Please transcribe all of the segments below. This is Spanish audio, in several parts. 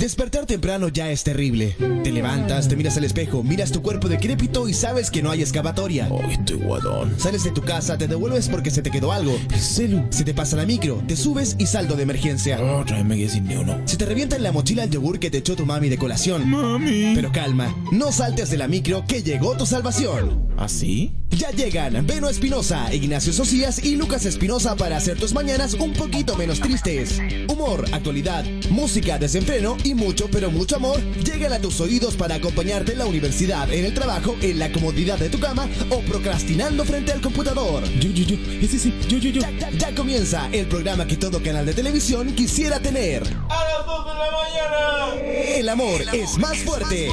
Despertar temprano ya es terrible. Te levantas, te miras al espejo, miras tu cuerpo decrépito y sabes que no hay excavatoria. Ay, estoy guadón. Sales de tu casa, te devuelves porque se te quedó algo. El celu. Se te pasa la micro, te subes y saldo de emergencia. Ah, tráeme que sin ni uno. Se te revienta en la mochila el yogur que te echó tu mami de colación. Mami. Pero calma, no saltes de la micro que llegó tu salvación. ¿Así? Ya llegan Beno Espinosa, Ignacio Socias y Lucas Espinosa para hacer tus mañanas un poquito menos tristes. Humor, actualidad, música, desenfreno y mucho, pero mucho amor llegan a tus oídos para acompañarte en la universidad, en el trabajo, en la comodidad de tu cama o procrastinando frente al computador. Yo, yo, yo. Ese sí. Yo, yo, yo. Ya, ya- ya comienza el programa que todo canal de televisión quisiera tener. a las 2 de la mañana. El amor, es más fuerte.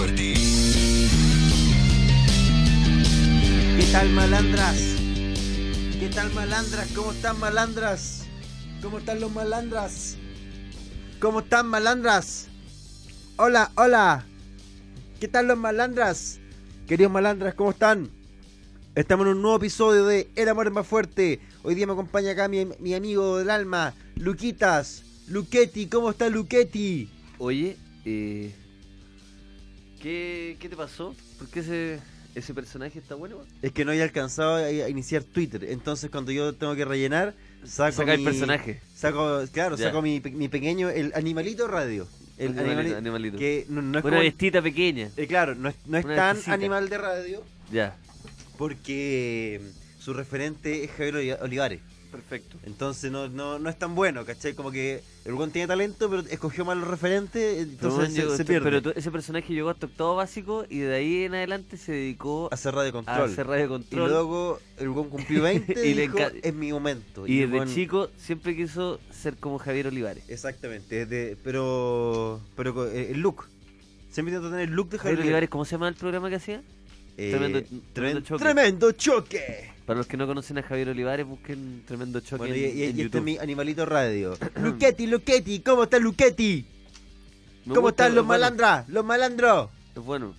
¿Qué tal malandras? ¿Qué tal malandras? ¿Cómo están malandras? ¿Cómo están los malandras? ¿Cómo están malandras? Hola, hola. ¿Qué tal los malandras? Queridos malandras, ¿cómo están? Estamos en un nuevo episodio de El amor es más fuerte. Hoy día me acompaña acá mi, mi amigo del alma, Luquitas. Luquetti, ¿cómo está Luquetti? Oye, eh, ¿qué, qué te pasó? ¿Por qué ese, ese personaje está bueno? weón? Es que no había alcanzado a a iniciar Twitter. Entonces, cuando yo tengo que rellenar, saco Saca el mi- personaje. Saco, claro, Ya. saco mi, pe- mi pequeño, el animalito radio. El Animalito, animali- animalito. Que no, no es Una como- vestita pequeña. eh, claro, no es, no es una tan vestecita. animal de radio Ya, porque mm, su referente es Javier Oli- Olivares. perfecto. Entonces no, no, no es tan bueno, ¿cachai? Como que el buen tiene talento, pero escogió mal los referentes, Pero, entonces weón, se- llegó- se, tú- pierde. pero tú- ese personaje llegó hasta octavo básico y de ahí en adelante se dedicó a Hacer radio control. hacer radio Y control. luego el buen cumplió 20 Y y le dijo, encan- es mi momento. y el desde buen- chico siempre quiso ser como Javier Olivares. Exactamente, desde- pero pero co- eh, el look. Siempre intento tener el look de Javier Javier Olivares, ¿cómo se llama el programa que hacía? Eh, Tremendo- tremen- tremendo choque. tremendo choque. Para los que no conocen a Javier Olivares, busquen Tremendo Choque Bueno, en, y, y- en y este YouTube. es mi animalito radio. Luquetti, Luquetti, ¿cómo está Luquetti? Me ¿Cómo gusta, están los es bueno, malandras? Los malandros. Es bueno.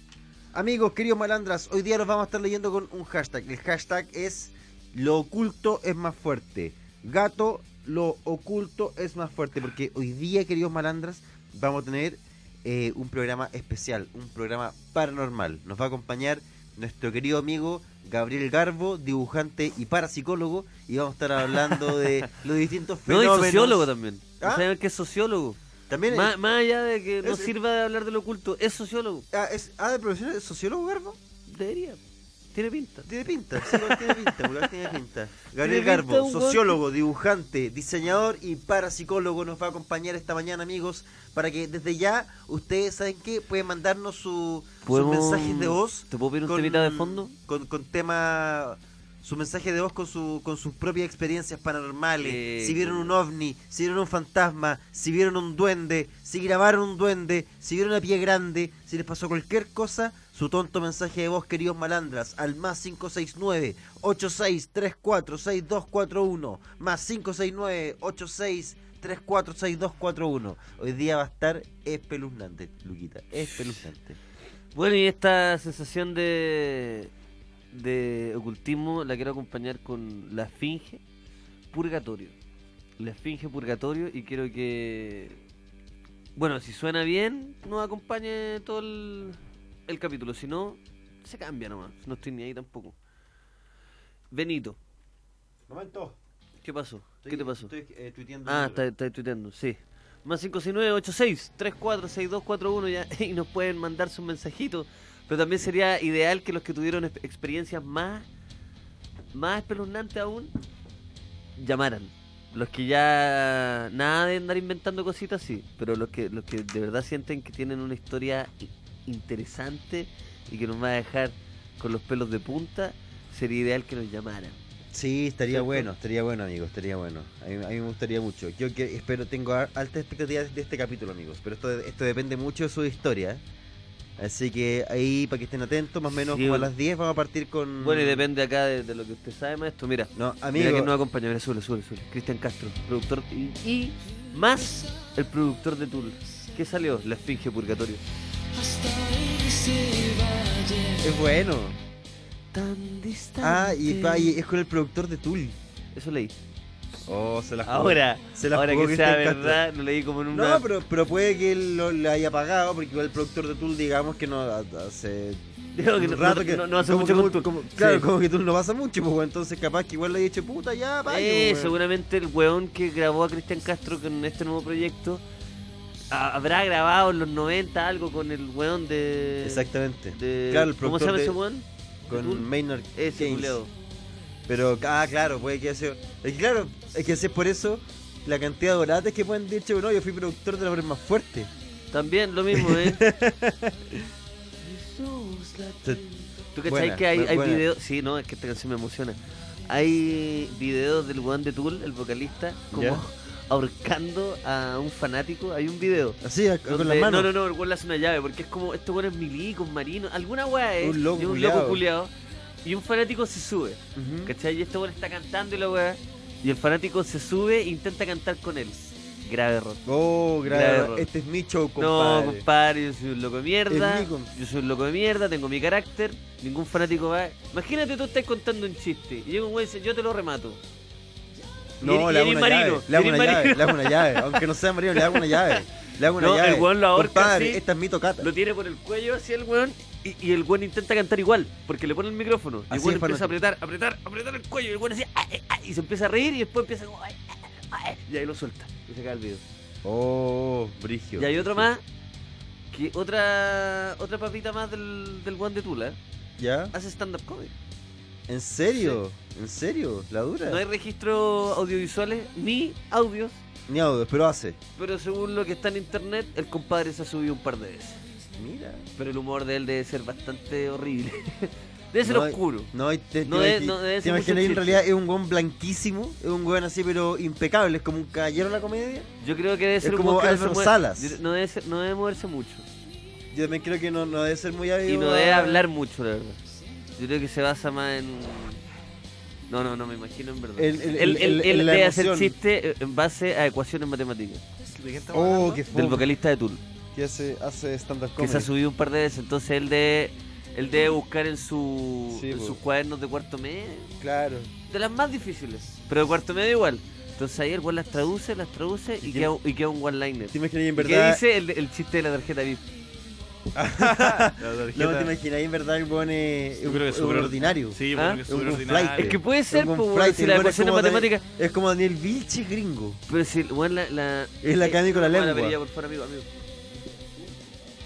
Amigos, queridos malandras, hoy día los vamos a estar leyendo con un hashtag. El hashtag es lo oculto es más fuerte. Gato, lo oculto es más fuerte. Porque hoy día, queridos malandras, vamos a tener eh, un programa especial, un programa paranormal. Nos va a acompañar nuestro querido amigo Gabriel Garbo, dibujante y parapsicólogo. Y vamos a estar hablando de los distintos No, y fenómenos. sociólogo también. ¿Ah? ¿No ¿Saben qué es sociólogo? También Má- es, más allá de que no es- eh, sirva de hablar de lo oculto, es sociólogo. ah, es- ah, de profesión es sociólogo Garbo. Debería. Tiene pinta. Tiene pinta, sí, igual tiene pinta, igual tiene pinta. Gabriel pinta un Garbo, weón sociólogo, dibujante, diseñador y parapsicólogo nos va a acompañar esta mañana, amigos, para que desde ya ustedes saben que pueden mandarnos su- sus ¿Podemos- mensajes de voz ¿Te puedo pedir un temita de fondo? con, con tema su mensaje de voz con su con sus propias experiencias paranormales, Eh, si vieron un bueno. ovni, si vieron un fantasma, si vieron un duende, si grabaron un duende, si vieron una pie grande, si les pasó cualquier cosa, su tonto mensaje de voz, queridos malandras, al más 569 86346241, más 569 86346241. Hoy día va a estar espeluznante, Luquita, espeluznante. Bueno, y esta sensación de, de ocultismo la quiero acompañar con la esfinge purgatorio. La esfinge purgatorio y quiero que... Bueno, si suena bien, nos acompañe todo el, el capítulo. Si no, se cambia nomás. No estoy ni ahí tampoco. Benito, Momento. ¿qué pasó? ¿Qué te pasó? Estoy eh, tuiteando. Ah, está, está tuiteando, sí. Más 569-86-346241 ya, y nos pueden mandar sus mensajitos. Pero también sería ideal que los que tuvieron ex- experiencias más, más espeluznantes aún, llamaran. Los que ya nada de andar inventando cositas, sí. Pero los que, los que de verdad sienten que tienen una historia i- interesante y que nos va a dejar con los pelos de punta, sería ideal que nos llamaran. Sí, estaría ¿Cierto? bueno, estaría bueno, amigos, estaría bueno. A mí, a mí me gustaría mucho. Yo que espero, tengo a- altas expectativas de este capítulo, amigos, pero esto, esto depende mucho de su historia. Así que ahí, para que estén atentos, más o menos Sí, como bueno. a las 10 vamos a partir con... Bueno, y depende acá de, de lo que usted sabe, maestro. Mira, Mm. No, Mira que amigos, nos acompaña, mira, sube, sube, sube. Cristian Castro, productor y, y más el productor de Tool. ¿Qué salió? La Esfinge Purgatorio. es bueno. Tan distante. Ah, y, pa- y es con el productor de Tool. Eso leí. Oh, se las jugó. Ahora, Se las ahora jugó que Cristian sea Castro. verdad, lo leí como en una... No, pero, pero puede que él lo, le haya pagado, porque igual el productor de Tool, digamos que no hace Digo que un no- rato no- que no- no hace como mucho que con Tool- Tool. como- claro, Sí. como que Tool no pasa mucho, pues, weón, entonces capaz que igual le haya dicho puta ya, payo, Eh, Ah, weón. seguramente el weón que grabó a Cristian Castro con este nuevo proyecto a- habrá grabado en los 90 algo con el weón de. Exactamente. de- Claro, el ¿Cómo se productor llama de- ese weón? Tool. Con Maynard Ese Keynes. culeo. Pero, ah, claro, puede que sea. Es que, claro, es que es por eso la cantidad de orates que pueden decir, che, no, yo fui productor de la más fuerte. También lo mismo, ¿eh? Te- ¿Tú cachai Buena, que hay, bu- hay buena. videos? Sí, no, es que esta canción me emociona. Hay videos del weón de Tool, el vocalista, como Ya. ahorcando a un fanático. Hay un video. Así, a- con Donde- las manos. No, no, no, el weón le hace una llave, porque es como, este weón es milico, un marino, alguna weá es. Un loco y un culiao. loco culiao, Y un fanático se sube, Ujú. ¿cachai? Y este weón está cantando y la weá. Y el fanático se sube e intenta cantar con él. Grave error. Oh, grave. Grave error. error. Este es mi show, compadre. No, compadre, yo soy un loco de Es mierda. mi com- Yo soy un loco de mierda, tengo mi carácter. Ningún fanático va. Imagínate tú estás contando un chiste. Y llega un weón y dice, yo te lo remato. Y- No, y le hago eres una marino, llave. Le hago eres una llave, marino. le hago una llave. Aunque no sea marino, le hago una llave. Le hago una No, el llave. weón lo ahorca Compadre, así. esta es mi tocata. Lo tiene por el cuello así el weón y, y el weón intenta cantar igual, porque le pone el micrófono. Y el Así weón es, empieza a fanático. apretar, apretar, apretar el cuello. Y el weón así, "Ah, eh, ah", y se empieza a reír y después empieza como, "Ay, ah, ah, ah", y ahí lo suelta. Y se cae el video. Oh, brigio. Y hay otro más, que otra otra papita más del, del weón de Tula. ¿Ya? Hace stand-up comedy. ¿En serio? ¿En serio? ¿La dura? No hay registros audiovisuales ni audios, Ni audio, pero hace. pero según lo que está en internet, el compadre se ha subido un par de veces. Mira. Pero el humor de él debe ser bastante horrible. Debe ser No hay- oscuro. No, y te, No te- de- te- no debe te ser mucho imaginas, en chiste. realidad es un weón blanquísimo, es un weón así, pero impecable, es como un caballero de la comedia. Yo creo que debe ser un como humor que no se Alfred mueve- Salas. yo- No debe, ser- no debe moverse mucho. Yo también creo que no, no debe ser muy hábil. Y no debe hablar mucho, la verdad. Yo creo que se basa más en. No, no, no me imagino en verdad. El- él el- el- él- él el- la debe hacer emoción. chiste eh, en base a ecuaciones matemáticas. ¿De qué estamos Oh, hablando? qué Del fome. vocalista de Tool. Que hace, hace stand-up que se ha comedy. subido un par de veces. Entonces él debe, él debe buscar en, su, Sí, en po. sus cuadernos de cuarto medio, Claro. de las más difíciles, pero de cuarto medio igual. Entonces ahí el weón las traduce, las traduce y, ¿Y queda, y queda un one-liner. ¿Te imaginas en ¿Y ¿Qué verdad? dice el, el chiste de la tarjeta VIP? La tarjeta. No, te imaginas en verdad el weón es, es Yo un, creo que es un súper- ordinario. Sí, yo ¿Ah? creo que es Es un súper flight. ordinario. Es que puede ser, Es un po, weón, flight, si el la weón es ecuación es como Daniel- matemática. Es como Daniel Vilche gringo. Pero si, weón, la, la. Es la eh, académico la weón, lengua. perilla, por favor, amigo, amigo.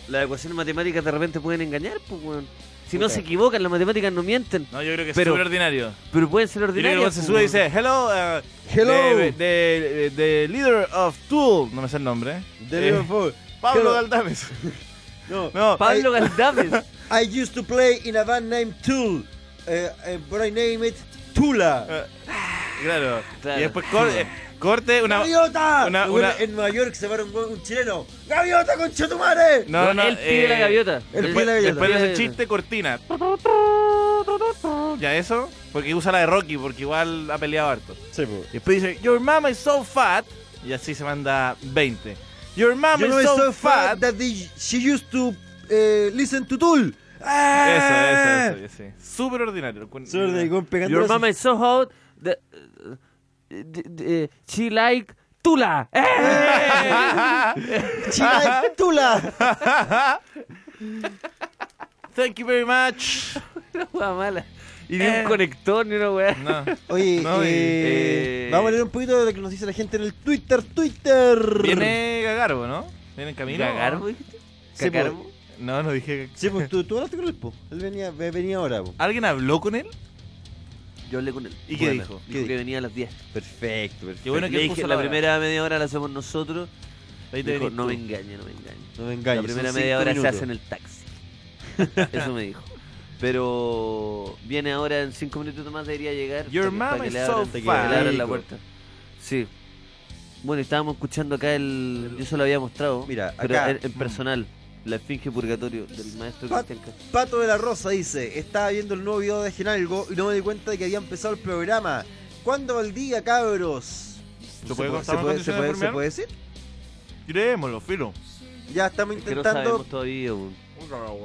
Las ecuaciones matemáticas de repente pueden engañar, pues, weón. Si no Puta. se equivocan, las matemáticas no mienten, No, yo creo que es Pero- súper ordinario. pero pueden ser Yo creo que ordinarias. cuando se po, sube y weón. dice, hello, uh, Hello. The, the- the leader of Tool. No me sé el nombre. De Eh, Liverpool. Pablo Hello. Galdames. No. No, Pablo Galdames. I used to play in a band named Tool. Eh, eh, but I named it Tula. Eh, claro. Claro. Y después cor- eh, corte una... ¡Gaviota! una- Me acuerdo una- En Nueva York se paró un, un chileno. ¡Gaviota, conchetumare! No, no, no, él pide eh, la gaviota. él Él- pide la gaviota. Después pide le hace la el gaviota. chiste, cortina. Ya eso, porque usa la de Rocky, porque igual ha peleado harto. Sí, po. Y después dice, Your mama is so fat. Y así se manda 20. Your mama Yo no is me so, so fat. fat that they- she used to eh, listen to Tool. Eso, eso, eso. sí. Súper ordinario. Con- Your mama is so hot. uh, The, the- the- eh, she like Tula. ¡Eh! Chila y Tula. Thank you very much. Una wea mala. Y ni un conector ni una weá. No. Oye, No, y- eh, eh, vamos a leer un poquito de lo que nos dice la gente en el Twitter. Twitter. Viene Gagarbo, ¿no? Viene en camino. ¿Cagarbo? dijiste? Sí, pues. ¿Cagarbo? pues. No, no dije. Sí, pues tú, tú hablaste con él, po. Él venía, ve- venía ahora, po. ¿Alguien habló con él? Yo hablé con él. ¿Y qué Bueno, dijo? Dijo que venía a las 10. Perfecto, perfecto. Qué bueno que Le él dije, puso la hora. primera media hora la hacemos nosotros. Ahí te Dijo, venís no tú. me engañe, no me engañe. No me La engañes. primera son media cinco hora se minutos. hace en el taxi. Eso me dijo. Pero viene ahora en cinco minutos más debería llegar. Your para que- mama para que is le so abran- fat. para que le abran la puerta. Sí. Bueno, estábamos escuchando acá el. Yo se lo había mostrado. Mira, pero acá. en, en personal. La esfinge purgatorio del maestro Pat- Cristian Castro. Pato de la Rosa dice, estaba viendo el nuevo video de Genalgo y no me di cuenta de que había empezado el programa. ¿Cuándo va el día, cabros? ¿Se puede se contar una condición de puede, se puede, se formear? puede decir? Tirémoslo, filo. Ya estamos Es que no sabemos intentando... todavía, weón.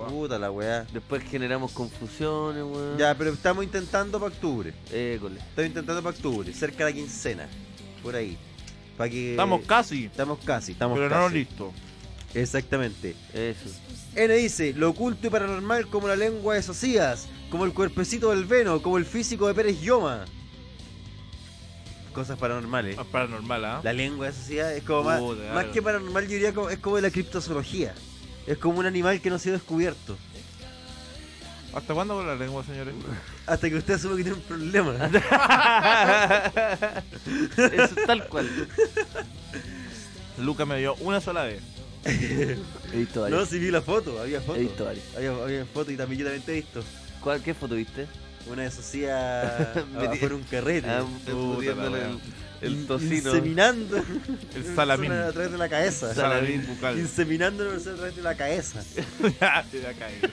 Puta la weá. Después generamos confusiones, weón. Ya, pero estamos intentando para octubre. École. Estamos intentando para octubre, cerca de la quincena. por ahí. Para que Estamos casi, Eh, estamos casi, estamos pero no casi. listo. Exactamente. Eso. N dice, lo oculto y paranormal como la lengua de Socias, como el cuerpecito del Veno, como el físico de Pérez Yoma. Cosas paranormales. Ah, Paranormal, ¿ah? La lengua de Socias es como más, Puta, más claro. que paranormal, yo diría como, es como de la criptozoología. Es como un animal que no ha sido descubierto. ¿Hasta cuándo con la lengua, señores? Hasta que usted asume que tiene un problema. Eso es tal cual. Luca me vio una sola vez. He visto No, si vi la foto, había foto. He visto varias. Había, había foto y también yo también te he visto. ¿Cuál- ¿Qué foto viste? Una de Socias Metí- por un carrete. Ah, puta pudiéndole la el, In- el tocino. Inseminando. El salamín. A través de la cabeza. Salamín bucal. Inseminando una persona a través de la cabeza. Ya, te voy a caer.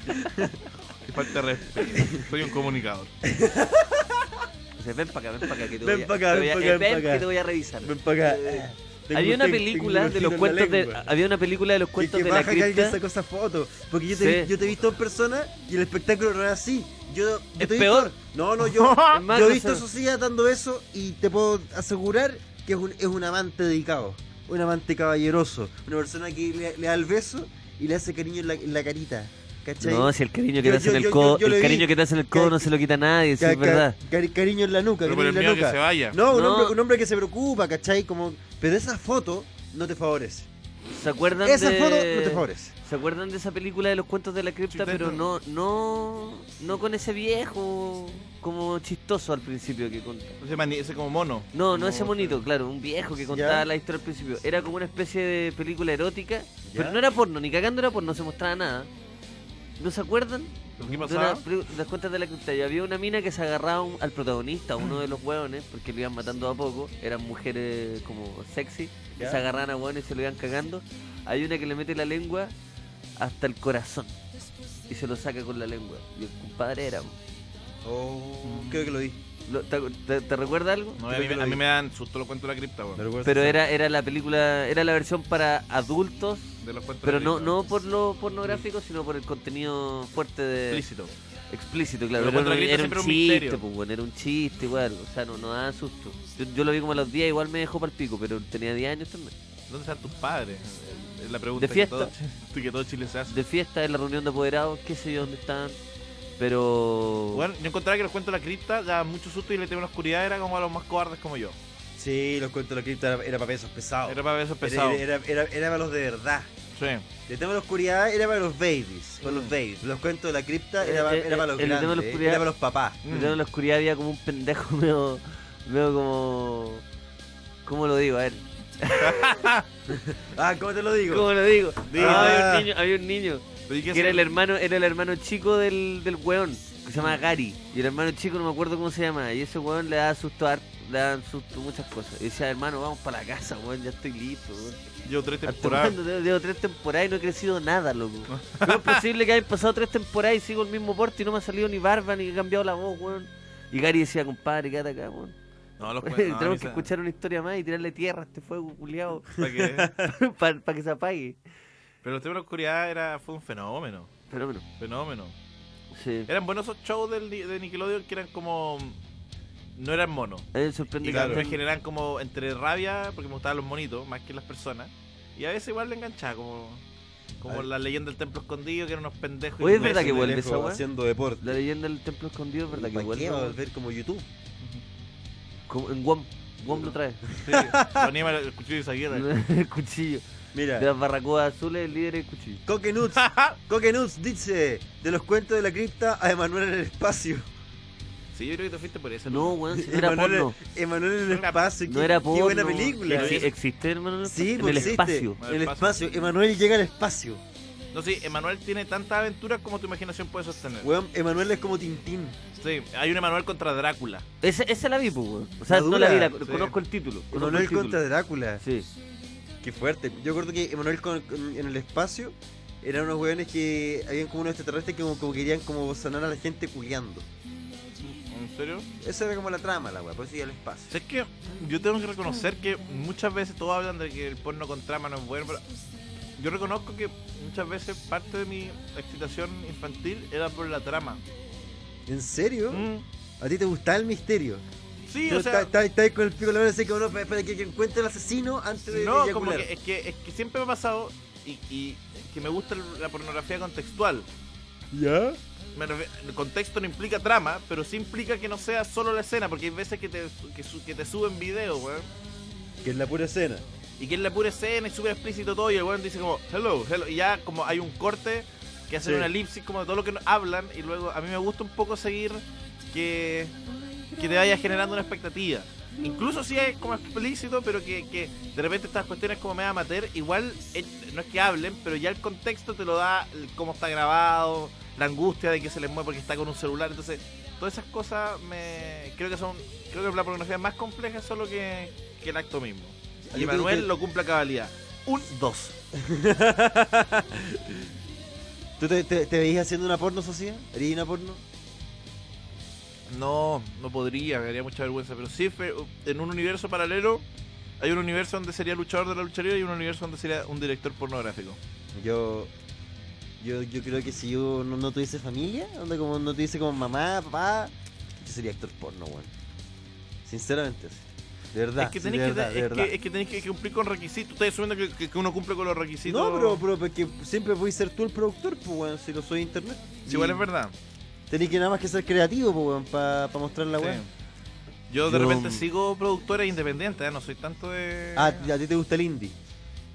Qué falta de respeto. Soy un comunicador. Dice, Ven para acá, ven para acá. que te Ven voy a- pa' acá, te voy ven a- pa' acá, eh, ven ven pa' que acá. te voy a revisar. Ven para acá. Tengo- Había una tengo- tengo película un de los ojito en la cuentos de lengua. había una película de los Que, cuentos que de la baja que alguien cripta. sacó esa foto. Porque yo te, Sí. yo te he visto en persona y el espectáculo no era así. Yo, yo Es te he peor. visto- no, no, yo, Es más, yo he no visto a sé. Socia dando eso y te puedo asegurar que es un, es un amante dedicado. Un amante caballeroso. Una persona que le, le da el beso y le hace cariño en la, en la carita. ¿Cachai? No, si el cariño que Yo- te hace yo- en yo- el codo, yo lo el vi. cariño que te hace en el codo no se lo quita nadie, sí, Ca- es ca- verdad. cari- cariño en la nuca, Pero por cariño el en miedo la que nuca. se vaya. No, un, No. Hombre, un hombre que se preocupa, ¿cachai? Como, pero esa foto no te favorece. ¿Se acuerdan Esa de foto no te favorece. ¿Se acuerdan de esa película de los cuentos de la cripta, Sí, pero no. no no no con ese viejo como chistoso al principio que contaba? Ese, mani- ese como mono. No, no Como- ese monito, claro, un viejo que contaba Ya. la historia al principio. Era como una especie de película erótica, Ya. pero no era porno, ni cagando era porno, no se mostraba nada. ¿No se acuerdan? ¿Qué de una pasaba? peli- de las cuentas de la cripta y había una mina que se agarraba un- al protagonista, a uno de los hueones, porque lo iban matando a poco, eran mujeres como sexy, que Ya. se agarraban a hueones y se lo iban cagando. Hay una que le mete la lengua hasta el corazón y se lo saca con la lengua. Y el compadre era. Oh, creo que lo vi. lo- ¿Te, te- te recuerda algo? No, a Creo mí, que lo a mí vi. me dan susto los cuentos de la cripta, weón. Pero era, era la película, era la versión para adultos, De los cuentos pero de la no, cripta. no por lo pornográfico, sino por el contenido fuerte de Explícito. explícito, claro. Pero Era, cuando un- la grita era un siempre un chiste, misterio. pues, bueno, era un chiste igual, o sea, no, no daba susto. Yo, yo lo vi como a los 10, igual me dejó para el pico, pero tenía 10 años también. ¿Dónde están tus padres? Es la pregunta De que fiesta. todo, Chile- que todo Chile se hace. De fiesta, en la reunión de apoderados, qué sé yo dónde estaban, pero... Bueno, yo encontraba que los cuentos de la cripta daban mucho susto y le tema la oscuridad era como a los más cobardes como yo. Sí, los cuentos de la cripta era, era para pesos pesados. Era para besos Era- pesados. Era, era- era para los de verdad. Sí. El tema de la oscuridad era para los babies. Para los Mm. babies. Los cuentos de la cripta era, Eh, para- eh, era para los el tema de la grandes. eh, oscuridad- Era para los papás. Mm. Yo creo que en la oscuridad había como un pendejo medio, medio como... ¿Cómo lo digo? A ver, Ah, ¿cómo te lo digo? ¿cómo lo digo? Digo. Ah, había un niño, había un niño. Pero ¿y qué que era se- el hermano, era el hermano chico del, del weón, que se llama Gary. Y el hermano chico no me acuerdo cómo se llama. Y ese weón le da susto a, le dan susto muchas cosas. Y decía, hermano, vamos para la casa, weón, ya estoy listo, weón. Yo tres Harto temporadas. mando, Llevo, llevo tres temporadas y no he crecido nada, loco. ¿Cómo es posible que hayan pasado tres temporadas y sigo el mismo porte y no me ha salido ni barba ni he cambiado la voz, weón? Y Gary decía, compadre, quédate acá, weón. No, los cuentos. no, a mí Tenemos que se- escuchar una historia más y tirarle tierra a este fuego culiado ¿para qué? para que se apague. Pero el tema de la oscuridad era, fue un fenómeno. Pero bueno, Fenómeno. sí. Eran buenos esos shows del, Ni- de Nickelodeon que eran como. No eran monos. A mí me sorprende Y que claro. me estén- generan como entre rabia, porque me gustaban los monitos, más que las personas. Y a veces igual le enganchaba, como, como Ay. la leyenda del templo escondido, que eran unos pendejos. Oye, es inmensos. verdad que vuelve Lejos, esa weá. Haciendo deporte. La leyenda del templo escondido es verdad que ¿Para qué va a vuelve. volver como YouTube? Como en Guam. Guam lo trae. Sí, lo anima el cuchillo de esa guerra. el cuchillo. De Mira. las barracudas azules, el líder es el cuchillo. Coquenuts. Coquenuts dice: De los cuentos de la cripta a Emanuel en el espacio. Sí, yo creo que te fuiste por eso. No, güey. weón, si no era porno. Emanuel en el No era- espacio. No qué- era Qué porno. buena película. Exi- ¿Existe, hermano? en el Sí, espacio? en pues el existe. espacio. En En el el espacio. Emanuel llega al espacio. No, sí, Emanuel tiene tantas aventuras como tu imaginación puede sostener. Weón, Emanuel es como Tintín. Sí, hay un Emanuel contra Drácula. Esa, esa la vi, pues, weón. O sea, La no la vi, dura, la, sí. conozco el título. conozco el Emanuel título. contra Drácula. Sí. Qué fuerte. Yo recuerdo que Emanuel con- con- en el espacio eran unos weones que habían como unos extraterrestres que como, como querían como sonar a la gente culiando. ¿En serio? Esa era como la trama, la weá, por eso iba al espacio. Es que yo tengo que reconocer que muchas veces todos hablan de que el porno con trama no es bueno, pero yo reconozco que muchas veces parte de mi excitación infantil era por la trama. ¿En serio? Mm, ¿A ti te gustaba el misterio? Sí, Pero o sea. está, está- está ahí con el pico en la mano, así que bueno, para, para que, que encuentre el asesino antes de No, de como eyacular. que es, que es que siempre me ha pasado y, y que me gusta la pornografía contextual. ¿Ya? Me refi- el contexto no implica trama, pero sí implica que no sea solo la escena, porque hay veces que te, que su- que te suben videos, weón. Que es la pura escena. Y que es la pura escena y súper explícito todo, y el weón dice como, hello, hello, y ya como hay un corte que hacen Sí. una elipsis como de todo lo que no- hablan, y luego a mí me gusta un poco seguir que, que te vaya generando una expectativa. Incluso si es como explícito, pero que, que de repente estas cuestiones como me amateur, igual eh, no es que hablen, pero ya el contexto te lo da el cómo está grabado, la angustia de que se les mueve porque está con un celular, entonces todas esas cosas me creo que son creo que la pornografía es más compleja solo que, que el acto mismo. Yo Y creo Manuel que- lo cumple a cabalidad. Un 2. ¿Tú te, te, te veías haciendo una porno, Socia? ¿Harías una porno? No, no podría, me daría mucha vergüenza. Pero sí, fe- en un universo paralelo, hay un universo donde sería luchador de la lucha libre y un universo donde sería un director pornográfico. Yo. Yo, yo creo que si yo no, no tuviese familia, onda como no tuviese como mamá, papá, yo sería actor porno, weón. Sinceramente, así. de verdad. es que sí, tenés de que, verdad, de es verdad. que- es que tenés que cumplir con requisitos. Estás asumiendo que, que- que uno cumple con los requisitos. No, pero, pero porque siempre voy a ser tú el productor, pues, weón, si lo soy internet. Sí, igual Y es verdad. Tenés que nada más que ser creativo, pues, weón, para mostrar la Sí. weón. Yo de Yo- repente sigo productores independientes, ¿eh? no soy tanto de. Ah, a ti te gusta el indie.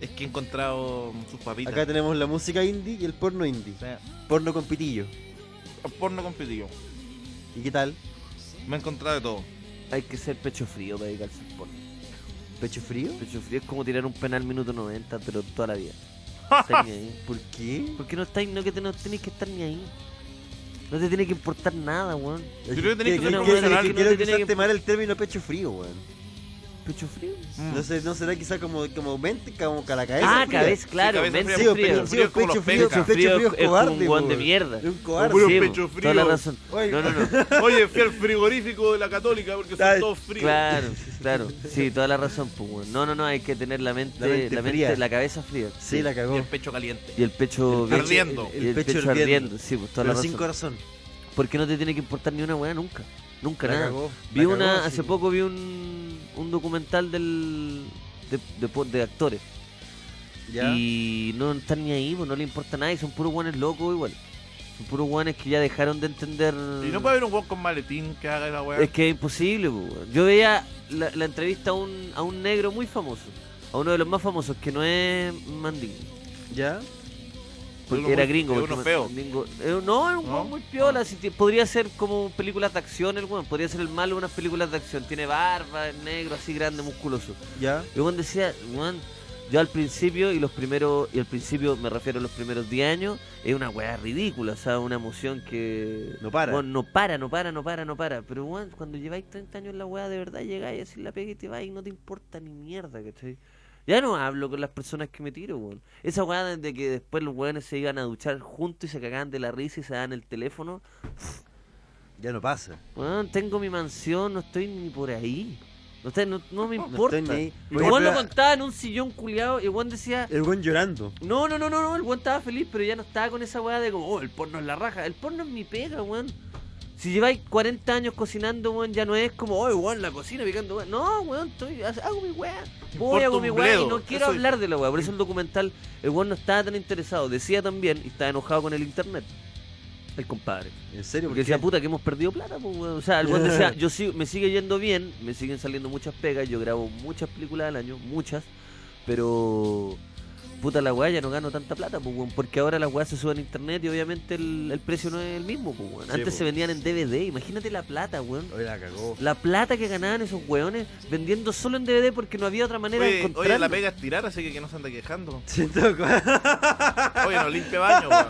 Es que he encontrado sus papitas. Acá tenemos la música indie y el porno indie. Sí. Porno con pitillo. Porno con pitillo. ¿Y qué tal? Me he encontrado de todo. Hay que ser pecho frío para dedicarse al porno. ¿Pecho frío? Pecho frío es como tirar un penal minuto 90, pero toda la vida. Estáis ni ahí. ¿Por qué? ¿Por qué no estáis? No, que te, no tenés que estar ni ahí. No te tiene que importar nada, weón. creo que tenés que ser Quiero- un quiero- profesional, Quiero no que te tiene usaste que- mal el término pecho frío, weón. Pecho frío. Mm. No, sé, ¿No será quizá como, como mente, como con la cabeza? Ah, fría? cabeza, claro. cabeza mente fría, Sí, o fría. pecho frío, Frío como pecho los frío, pencas. pecho frío es es como cobarde, un guan de weón. mierda. Es pues, un Un cobarde. puro Sí, pecho Toda frío. la razón. Oye. No, no, no. Oye, fui al frigorífico de la Católica porque Ay, son todos fríos. Claro, claro. Sí, toda la razón, pues, weón. No, no, no, hay que tener la mente, La la mente mente, la, fría. cabeza fría. Sí, la Y cagó. el pecho caliente. Y el pecho El bien- Ardiendo. y El, pecho, ardiendo. Sí, pues toda Pero la sin razón. corazón. Porque no te tiene que importar ni una weá nunca. Nunca La nada. cagó, Vi la una, cagó, sí. hace poco vi un, un documental del, de, de po- de actores. Ya. Y no están ni ahí, pues no le importa nada. Y son puros guanes locos igual. Son puros guanes que ya dejaron de entender. Y no puede haber un guan con maletín que haga la weá. Es que es imposible, po, weón. Yo veía la, la entrevista a un, a un negro muy famoso, a uno de los más famosos, que no es Mandingo. ¿Ya? Porque Uno era muy- gringo. es porque uno Ma- feo. Mandingo- eh, no, es un ¿No? Ah. weón muy piola. si ti- podría ser como películas de acción el weón. Podría ser el malo de unas películas de acción. Tiene barba, es negro, así grande, musculoso. ¿Ya? Y Juan decía, Juan, yo al principio y los primeros, y al principio me refiero a los primeros 10 años, es una weá ridícula, o sea, una emoción que... No para. Juan, no para, no para, no para, no para. Pero Juan, cuando lleváis 30 años en la weá, de verdad llegáis así la pega y te vais y no te importa ni mierda, ¿cachai? Ya no hablo con las personas que me tiro, weón. Esa weá de que después los weones se iban a duchar juntos y se cagaban de la risa y se daban el teléfono. Ya no pasa. Weón, tengo mi mansión, no estoy ni por ahí. No, está- no- no me No importa. estoy ni ahí. El Oye, Juan lo pero- contaba en un sillón culiado y Juan decía, El buen llorando. no, no, no, no, no, el Juan estaba feliz, pero ya no estaba con esa weá de como, oh, el porno es la raja, el porno es mi pega, Juan. Si lleváis 40 años cocinando, weón, ya no es como, oh, Juan, la cocina picando, weón. No, weón, estoy, hago mi weá. Voy, Importa hago un mi weá y bledo, no quiero eso- hablar de la weá. Por eso el documental, el Juan no estaba tan interesado. Decía también, y estaba enojado con el internet, el compadre. ¿En serio? Porque ¿Por qué? decía, puta, que hemos perdido plata, pues, weón. O sea, el weón decía, yo sigo- me sigue yendo bien, me siguen saliendo muchas pegas, yo grabo muchas películas al año, muchas, pero. Puta, la weá ya no gano tanta plata, pues, weón, porque ahora las weas se suben a internet y obviamente el, el precio no es el mismo, pues, weón. Antes pues. se vendían en DVD, imagínate la plata, weón. Oye, la cagó. La plata que ganaban esos weones vendiendo solo en DVD porque no había otra manera de Oye, encontrarlo. oye, la pega es tirar, así que que no se anda quejando. Siento Oye, no limpia baño, weón.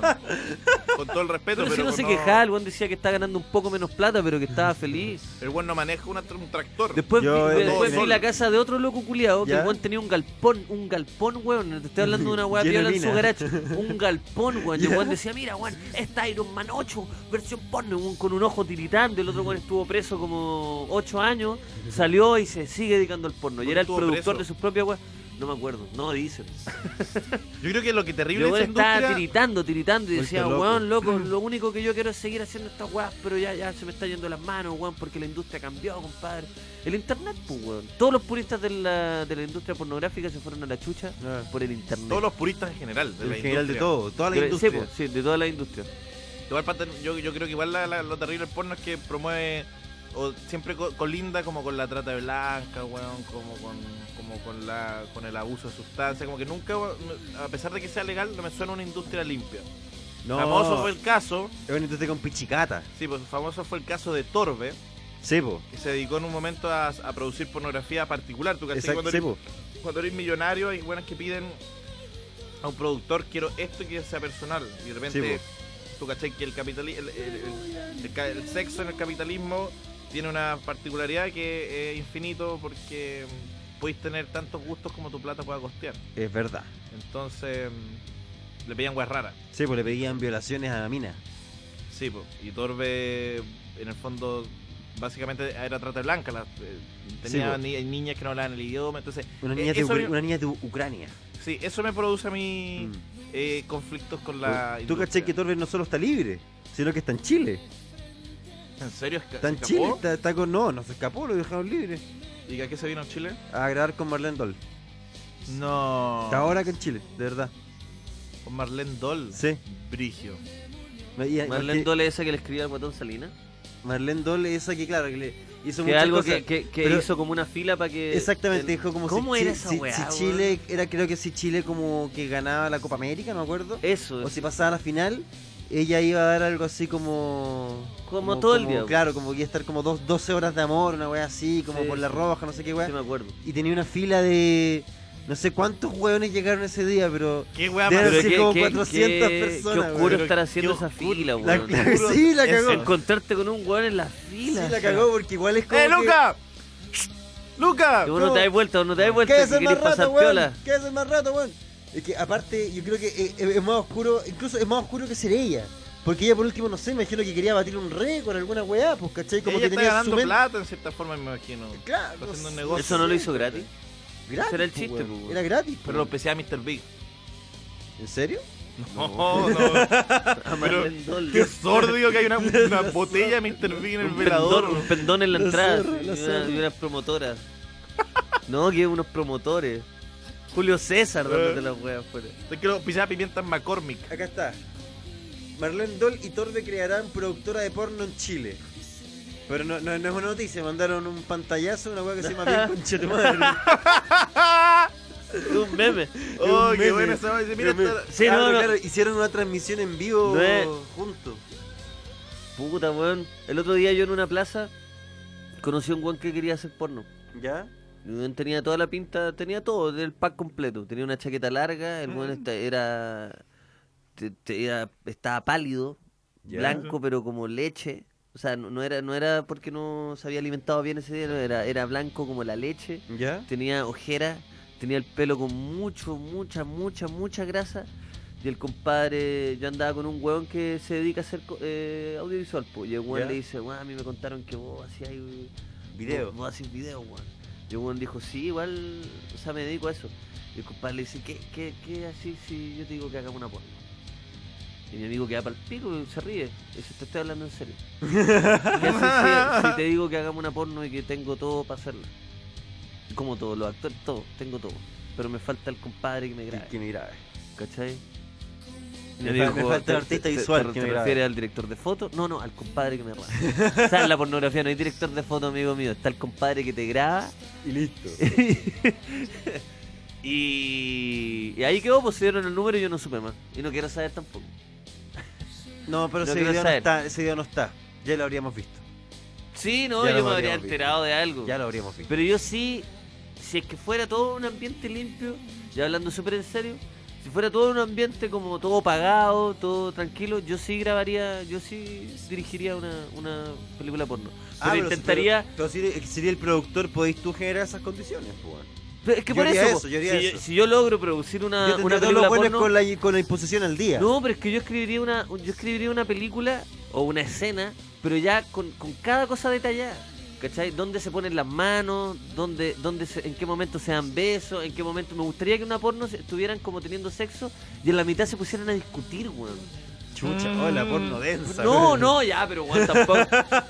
Con todo el respeto, pero, pero, si no pues se quejaba, el weón decía que estaba ganando un poco menos plata, pero que estaba feliz. El weón no maneja una- un tractor. Después, Yo, vi, eh, después no, vi no. la casa de otro loco culiado que ¿Ya? el weón tenía un galpón, un galpón, weón. Te estoy hablando de una weá Lleno piola de en su mina. garage. Un galpón, weón. Y ¿Ya? el weón decía, mira, weón, esta Iron Man 8, versión porno, weón, con un ojo tiritando. El otro weón estuvo preso como 8 años, salió y se sigue dedicando al porno. ¿Por Y qué era el estuvo productor preso? de sus propias weas. No me acuerdo, no dicen. Yo creo que lo que terrible Yo de bueno, esa estaba industria. tiritando, tiritando y Vuelto decía, loco. weón, loco, lo único que yo quiero es seguir haciendo estas weas, pero ya, ya se me está yendo las manos, weón, porque la industria cambió, compadre. El internet, pues, weón. Todos los puristas de la, de la industria pornográfica se fueron a la chucha por el internet. Ah. Todos los puristas en general. De En la general de industria. todo, toda la Pero- industria. Sí, pues, sí, de toda la industria. Igual parte- yo, yo creo que igual la- la- lo terrible del porno es que promueve o siempre co- colinda como con la trata de blanca, weón, como con como con la con el abuso de sustancias, como que nunca weón, a pesar de que sea legal no me suena una industria limpia. no, Famoso fue el caso, es una industria con pichicata. sí, pues famoso fue el caso de Torbe, Sebo. que se dedicó en un momento a, a producir pornografía particular, tú cachai? Exacto, cuando eres- sebo. cuando eres millonario hay buenas que piden a un productor quiero esto y que sea personal y de repente Sí, tú caché que el capitalismo el, el- el- el ca- el sexo en el capitalismo tiene una particularidad que es infinito porque mm, podéis tener tantos gustos como tu plata pueda costear Es verdad. entonces mm, le pedían guas raras Sebo, le pedían violaciones a la mina. sí po. y Torbe en el fondo básicamente era trata blanca la- eh, tenía po. ni- niñas que no hablaban el idioma entonces Una Eh, niña, de, eso Ucra- era- una niña de U- Ucrania. sí eso me produce a mí Mm. eh, conflictos con la. ¿Tú industria. cachai que Torres no solo está libre, sino que está en Chile? ¿En serio? ¿Se Está en escapó? Chile, está, está con. No, no se escapó, lo dejaron libre. ¿Y a qué se vino a Chile? A grabar con Marlene Doll. No. Está ahora acá en Chile, de verdad. Con Marlene Doll. Sí. Brigio. No, y- Marlene porque Dole esa que le escribía al guatón Salina. Marlene Doll es esa que, claro, que le hizo Que muchas algo cosas. que, que- que pero- hizo como una fila para que. Exactamente, el- dijo como ¿Cómo si, era si- esa si- weá, si weón? Chile, era creo que si Chile como que ganaba la Copa América, no me acuerdo. Eso, O si pasaba a la final, ella iba a dar algo así como. Como todo el día. Claro, como que iba a estar como dos, 12 horas de amor, una weá así, como Sí, por la sí. roja, no sé qué weá. sí me acuerdo. y tenía una fila de no sé cuántos hueones llegaron ese día, pero ¿Qué wea Debe más Pero Pero sí, qué- como qué- 400 qué- personas, Qué weón. oscuro Pero estar qué haciendo esa oscuro. fila, la, weón. sí la Eso. cagó. Encontrarte con un weón en la Sí fila. la o sea. cagó porque igual es como ¡Eh, que- Luca! ¡Luca! Que vos no te das vuelta, vos no te das ¿Qué vuelta. haces Si más querés rato, pasar weón? piola. ¿Qué haces más rato, weón? Es que aparte, yo creo que eh, eh, es, más oscuro, incluso es más oscuro que ser ella. Porque ella por último, no sé, me imagino que quería batir un récord, alguna weá, pues, ¿cachai? Como Como Ella que está tenía ganando su mente- plata en cierta forma, me imagino. Claro, Está haciendo un no negocio. Eso no lo hizo gratis. sé, gratis, Ese era el pues, chiste, weón. pues, weón. Era gratis. pues, Pero lo weón. empecé a Mr. Big. ¿En serio? No, no. A Pero- Marlene Dole. Qué sordio que hay una, una botella de Mr. Big en el un pendón, velador. un pendón en la Lo entrada. zorro, lo y, una, zorro. y unas promotoras. No, que unos promotores. Julio Eh. César, dándote las weas fuera. Te quiero pisar pimientas McCormick. Acá está. Marlene Doll y Torbe crearán productora de porno en Chile. Pero no, no, no es una noticia, mandaron un pantallazo, una weá que se llama bien conchetumadre. Es un meme. ¡Oh, un qué meme. buena esa wea. Dice, Mira, esta- Sí, Claro, no, no. ah, claro, hicieron una transmisión en vivo No es- juntos. Puta, weón. El otro día yo en una plaza conocí a un weón que quería hacer porno. ¿Ya? El weón tenía toda la pinta, tenía todo, el pack completo. Tenía una chaqueta larga, el Ah. weón esta- era, te- te- era- estaba pálido, Ya. blanco pero como leche. O sea, no, no era no era porque no se había alimentado bien ese día, no, era, era blanco como la leche. ¿Ya? Tenía ojeras, tenía el pelo con mucho, mucha, mucha, mucha grasa. Y el compadre, yo andaba con un weón que se dedica a hacer co- eh, audiovisual. po, Y el weón Ya. le dice, weón, a mí me contaron que vos hacías... eh, Video. Vos, vos haces video, weón. Y el weón dijo, sí, igual, o sea, me dedico a eso. Y el compadre le dice, ¿qué, qué, qué así si yo te digo que hagamos una porno? Y mi amigo queda para el pico y se ríe. Dice, te estoy hablando en serio. ¿Qué haces si, si te digo que hagamos una porno y que tengo todo para hacerla? Como todos los actores, todo, tengo todo. Pero me falta el compadre que me grabe. Que me grabe. ¿Cachai? Me Y fa- me falta el te- artista te- te- visual ¿Te, que te me grabe. refieres al director de foto? No, no, al compadre que me graba. o sea, en la pornografía no hay director de foto, amigo mío. Está el compadre que te graba. Y listo. y, y ahí quedó, pues se dieron el número y yo no supe más. Y no quiero saber tampoco. No, pero No ese, quiero video no saber. está, ese video no está. Ya lo habríamos visto. Sí, no, Ya lo yo me habría habríamos enterado de algo. Ya lo habríamos visto. Pero yo sí, si es que fuera todo un ambiente limpio, ya hablando súper en serio, si fuera todo un ambiente como todo pagado, todo tranquilo, yo sí grabaría, yo sí dirigiría una, una película porno. Pero Ah, pero- intentaría... Pero, pero si, si eres el productor, podéis tú generar esas condiciones, pues. weón. pero es que yo por haría eso, eso, po, yo haría si, eso. si yo logro producir Yo una, tendría una todos los película buenos porno... con la, con la imposición al día. No, pero es que yo escribiría una, yo escribiría una película o una escena, pero ya con, con cada cosa detallada. ¿Cachai? ¿Dónde se ponen las manos? ¿Dónde, dónde se- ¿En qué momento se dan besos? ¿En qué momento? Me gustaría que en una porno se- estuvieran como teniendo sexo y en la mitad se pusieran a discutir, weón. Chucha, hola, porno densa. No, no, ya, pero weón, tampoco.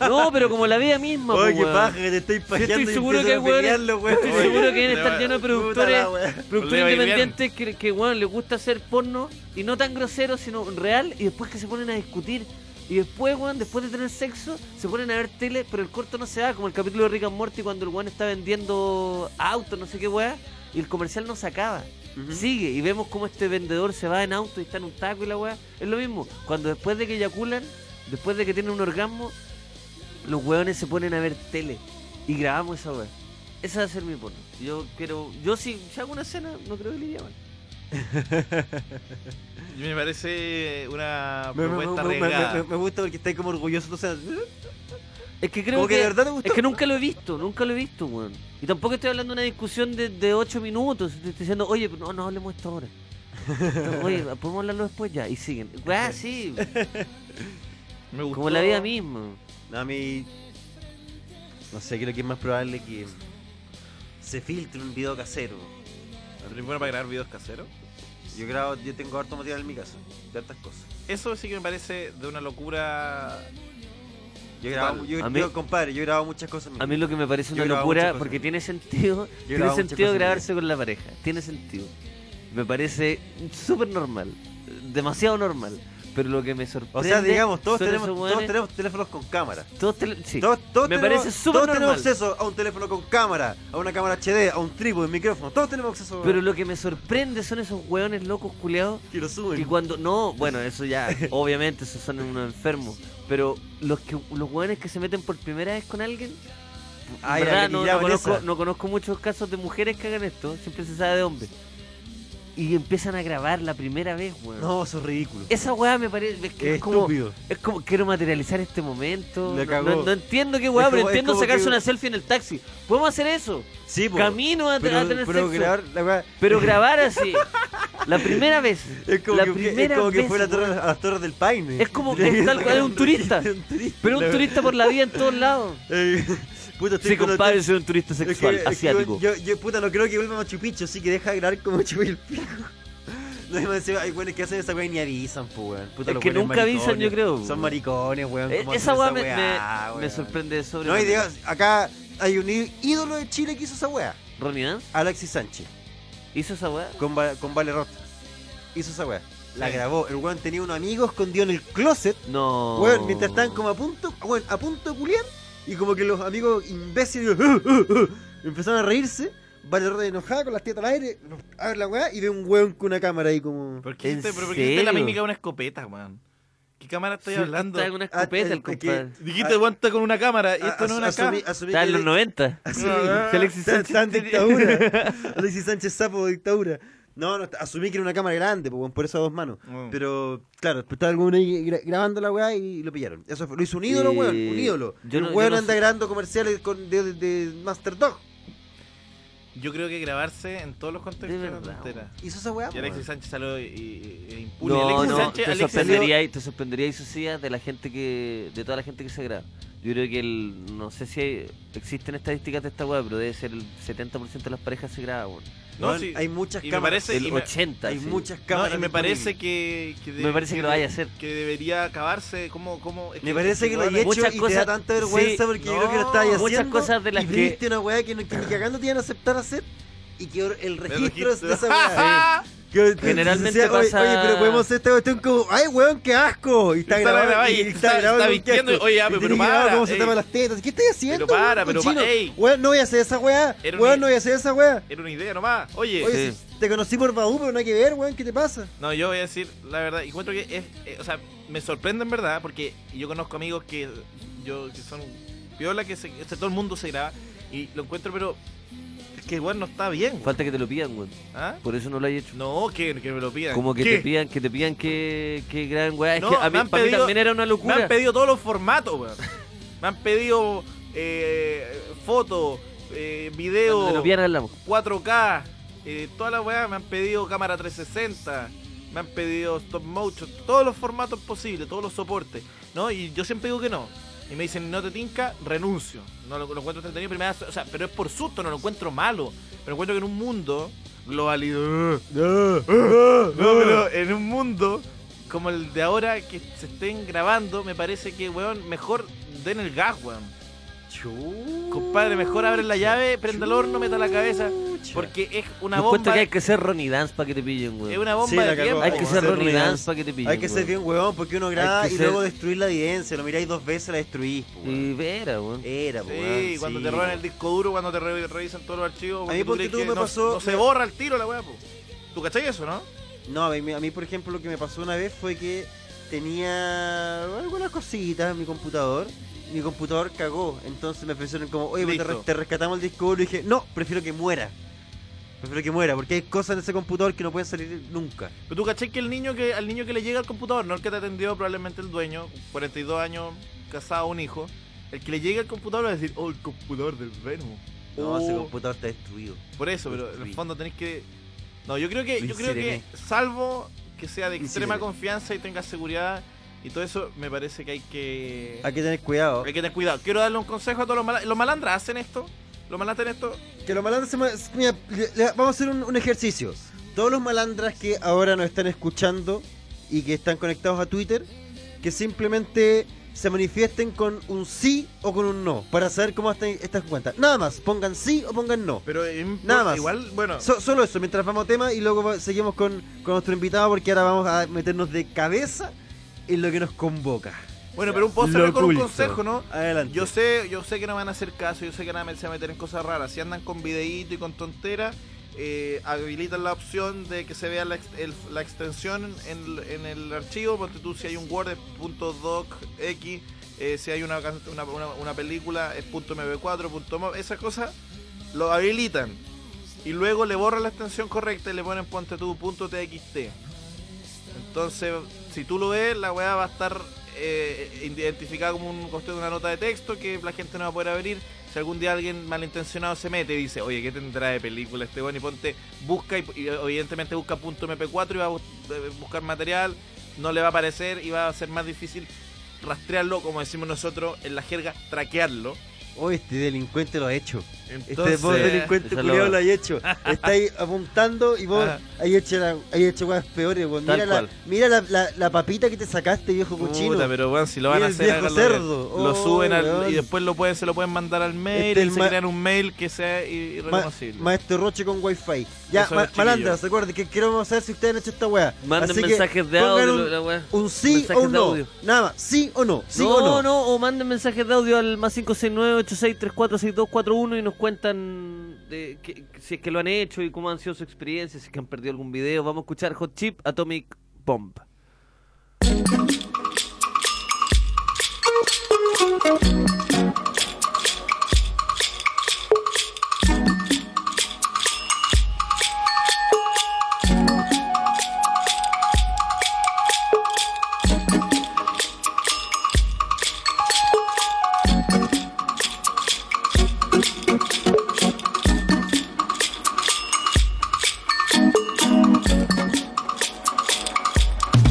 No, pero como la vida misma, po, Oye, qué weón. paja que te estoy pajeando estoy y seguro empiezas que hay a pelearlo, hueones- weón. estoy seguro que deben Le estar va- llenos de Puta productores la wea. Le va a productores ir bien. independientes que, que weón, les gusta hacer porno y no tan grosero, sino real, y después que se ponen a discutir. Y después, weón, después de tener sexo, se ponen a ver tele, pero el corto no se da, como el capítulo de Rick and Morty cuando el weón está vendiendo autos, no sé qué weá, y el comercial no se acaba. Sigue, y vemos cómo este vendedor se va en auto y está en un taco y la weá. Es lo mismo, cuando después de que eyaculan, después de que tienen un orgasmo, los weones se ponen a ver tele y grabamos esa weá. Esa va a ser mi porno. Yo quiero. Yo si, si hago una escena, no creo que le iría mal. Me parece una Me, me- propuesta me- me- arriesgada. me- me gusta porque estáis como orgulloso. Entonces, Es que creo como que, que. de verdad te gustó. es que nunca lo he visto, nunca lo he visto, weón. Y tampoco estoy hablando de una discusión de, de 8 minutos. Estoy diciendo, oye, no, no hablemos esto ahora. No, oye, podemos hablarlo después ya. Y siguen. Weá, sí. Me gustó. Como la vida misma. No, a mí. No sé, creo que es más probable que se filtre un video casero. ¿Es bueno para grabar videos caseros? Yo grabo, yo tengo harto material en mi casa, de hartas cosas. Eso sí que me parece de una locura. Yo grabo, Vale. yo, A mí- yo, compadre, yo grabo muchas cosas. en mi A mí lo que me parece Yo una grabo muchas locura, cosas. porque tiene sentido, tiene grabo muchas sentido cosas en grabarse con la pareja, tiene sentido. Me parece súper normal, demasiado normal. Pero lo que me O sorprende. sea, digamos, todos son tenemos, esos todos hueones- tenemos teléfonos con cámara. todos tele- sí. Todos, todos me tenemos, parece súper todos tenemos normal. acceso a un teléfono con cámara, a una cámara HD, a un trípode, un micrófono. Todos tenemos acceso Pero lo que me sorprende son esos hueones locos culeados que lo Y suben. cuando. No, bueno, eso ya. obviamente, esos son unos enfermos. Pero los que los hueones que se meten por primera vez con alguien. Ay, en verdad, ay, y no, no graban conozco, esa. no conozco muchos casos de mujeres que hagan esto. Siempre se sabe de hombres. Y empiezan a grabar la primera vez, weón. No, eso es ridículo. Esa weá me parece. Es, que Es es como. estúpido. Es como quiero materializar este momento. La No- cagó. No, no entiendo qué weá, Es pero como- es entiendo como sacarse que- una selfie en el taxi. Podemos hacer eso. Sí, po. Camino a, a pero, tener sexo. pero grabar la weá- Pero grabar así. la primera vez. Es como la que, es primera como que vez, fue a la torre- weón. a las torres del Paine. Es como- es tal cual, es un turista. Es un turista. Pero un turista por la vida en todos lados. Eh, puta, estoy Sí, con- compadre, soy un turista es que- sexual, es que asiático. Yo, yo, puta, no creo que vuelva a Machu Picchu, así que deja de grabar como Machu Picchu. No hay más, hay güeyes que hacen esa weá y ni avisan, pues, weón. Puta, Es los que güeyes nunca avisan, maricones. yo creo. Son maricones, weón. Eh, ¿cómo esa hacen weá me, me- me weón? sorprende sobre. No, y digas, acá hay un í- ídolo de Chile que hizo esa weá. Ronnie Dance Alexis Sánchez, hizo esa weá. con, Va- con Vale Roth. Hizo esa weá. La Sí. grabó. El weón tenía un amigo escondido en el closet No. Oh. Weón, mientras estaban como a punto, weón, a punto de culiar, y como que los amigos imbéciles ¡Uh, uh, uh! empezaron a reírse, Valerro de enojada con las tetas al aire, abre la weá y ve un weón con una cámara ahí como. ¿Por qué ¿En hiciste, pero por qué hiciste la serio? mímica de una escopeta, man? ¿Qué cámara estoy Sí, hablando? Está con una Ah, escopeta eh, el que- compadre. Dijiste aguanta con una cámara y esto Ah, A- no es una asumí- cámara. asumí Está que- en los 90. asumí- Ah, Alexis está- Sánchez está en tenía- dictadura. Alexis Sánchez Sapo, dictadura. No, no, asumí que era una cámara grande, pues, weón, por eso a dos manos. Mm. Pero, claro, después estaba alguno ahí gra- grabando la weá y lo pillaron. Eso fue- lo hizo un ídolo, Eh, weón, un ídolo. yo no- el yo weón no anda sé. grabando comerciales con, de, de Master Dog. Yo creo que grabarse en todos los contextos De es una verdad, tontera. Hizo esa weá. Y weón. Alexis Sánchez salió y, y- e impune. No, Alexis no, Sánchez, te Alexis sorprendería, y- te sorprendería y sucia de la gente que, de toda la gente que se graba. Yo creo que el, no sé si hay- existen estadísticas de esta weá, pero debe ser el 70% de las parejas se graba, weón. No, Weón, sí. hay muchas y me cámaras. parece- Sí, el y me- 80. hay sí. muchas No, cámaras. y me disponibles. parece que, que de- Me parece que lo vaya a hacer. Que debería acabarse. ¿Cómo? cómo es Me parece que lo hay no, hecho muchas y te da cosas- tanta sí, vergüenza porque yo creo que lo no, estabas haciendo. muchas cosas de las y que- viste una weá que, no- que ni cagando te iban a aceptar hacer y que ahora el registro es de esa weá. ¡Ah! Que- que Generalmente se decía, pasa- Oye, oye, pero podemos hacer esta cuestión como, ay weón, qué asco. Y está Está grabado grabado. y está- está con vistiendo, qué asco. oye, ya, Y pero tiene que para, grabar cómo se ey. tapan las tetas. ¿Qué estás haciendo? Pero para, weón, pero cochino? para, ey. Weón, no voy a hacer esa weá. Era un Weón, i- no voy a hacer esa weá. Era una idea nomás. Oye, Oye, Sí. si te conocí por Badoo, pero no hay que ver, weón, ¿qué te pasa? No, yo voy a decir la verdad. Encuentro que es. eh, o sea, me sorprende en verdad porque yo conozco amigos que. Yo, que son. Viola, que se, o sea, todo el mundo se graba. Y lo encuentro, pero. Es que igual no está bien. güey. Falta que te lo pidan, weón. ¿Ah? Por eso no lo hay hecho. No, que, que me lo pidan. Como que ¿Qué? te pidan, que te pidan que, que graben, weá. Es No, que a me mí, han para mí pedido- también era una Me han locura. pedido todos los formatos, weón. Me han pedido. Eh, foto, eh, Cuando te video, lo pidan, hablamos. 4K. Eh, toda la weá. Me han pedido cámara 360. Me han pedido stop motion. Todos los formatos posibles, todos los soportes. ¿No? Y yo siempre digo que no. y me dicen, no te tinca, renuncio. No lo, lo encuentro entretenido, pero, me da- o sea, pero es por susto, no lo encuentro malo. Pero encuentro que en un mundo globalizado. No, pero en un mundo como el de ahora que se estén grabando, me parece que, weón, mejor den el gas, weón. Compadre, mejor abren la llave, prenda el horno, meta la cabeza. Porque es una Yo encuentro bomba. que hay que ser Ronnie Dance para que te pillen, Es weón. una bomba Sí, la de cagó. tiempo. Hay que Hay ser que ser Ronnie Ronnie Dance Dance. para que te pillen. Hay que ser weón. bien huevón porque uno graba Hay y que ser- luego destruir la evidencia. Lo miráis dos veces, la destruís. po, weón. Y vera, weón. Era, po, Sí, weón, cuando sí, te roban po. el disco duro, cuando te re- revisan todos los archivos. A porque mí, tú ponte crees tú, que me no- pasó- No se me- borra el tiro la weá, po. ¿Tú cachai eso, no? No, a mí, a mí, por ejemplo, lo que me pasó una vez fue que tenía algunas cositas en mi computador. Mi computador cagó, entonces me ofrecieron como, oye, pues te, Listo. re- te rescatamos el disco duro. Y dije, no, prefiero que muera. Prefiero que muera, porque hay cosas en ese computador que no pueden salir nunca. Pero tú caché que el niño que al niño que le llega al computador, no el que te atendió probablemente el dueño, 42 años, casado, un hijo, el que le llega al computador va a decir, oh, el computador del Venom. No, ese Oh, computador está destruido. por eso, pero en el fondo tenés que... No, yo creo que, yo creo que Incinere. salvo que sea de extrema Incinere. confianza y tenga seguridad y todo eso, me parece que hay que... Hay que tener cuidado. Hay que tener cuidado. Quiero darle un consejo a todos los malandras. ¿Los malandras hacen esto? ¿Los malandras hacen esto? Que los malandras se ma- s- mira, le- le- vamos a hacer un, un ejercicio. Todos los malandras que ahora nos están escuchando y que están conectados a Twitter, que simplemente se manifiesten con un sí o con un no, para saber cómo están estas cuentas. Nada más, pongan sí o pongan no. Pero Nada más. igual, bueno, So- solo eso, mientras vamos a tema y luego va- seguimos con, con nuestro invitado porque ahora vamos a meternos de cabeza en lo que nos convoca. bueno, pero un puedo cerrar Lo con un oculto. consejo, ¿no? Adelante. Yo sé, yo sé que no me van a hacer caso, yo sé que nada me se van a meter en cosas raras. Si andan con videíto y con tontera, eh, habilitan la opción de que se vea la, ex- el- la extensión en, el- en el archivo. Ponte tú si hay un Word es .docx, eh, si hay una, can- una, una- una película es .mp4, .mov, esas cosas lo habilitan. Y luego le borran la extensión correcta y le ponen ponte tú .txt. Entonces, si tú lo ves, la weá va a estar eh, identificada como un coste de una nota de texto que la gente no va a poder abrir. Si algún día alguien malintencionado se mete y dice, oye, ¿qué tendrá de película este weón? Y ponte, busca y, y evidentemente busca .mp4 y va a bus- eh, buscar material, no le va a aparecer y va a ser más difícil rastrearlo, como decimos nosotros en la jerga, traquearlo. Oh, este delincuente lo ha hecho. Este Entonces, vos delincuente Eso culiado lo- lo hay hecho. Está ahí apuntando y vos Ajá. hay hecho, la- hay hecho cosas peores, weón. Tal Mira, la, cual. mira la, la- la papita que te sacaste, viejo cochino. Puta, pero bueno, si lo van Y a el hacer, viejo háganlo bien. cerdo. Lo Oh, suben al- weón. y después lo pueden, se lo pueden mandar al mail Este y el se ma- crean un mail que sea ir- Ma- irreconocible. maestro Roche con wifi. Ya, Eso ma- es, chiquillo. malandras, recuerden que queremos saber si ustedes han hecho esta weá. Manden Así que mensajes de pongan audio, Un, la weá. un sí Mensajes o un de no. audio. Nada más, sí o no. Sí no, o no. no, o manden mensajes de audio al más 569-8634-6241 y nos cuentan de que- si es que lo han hecho y cómo han sido su experiencia, si es que han perdido algún video. Vamos a escuchar Hot Chip Atomic Bomb. Thank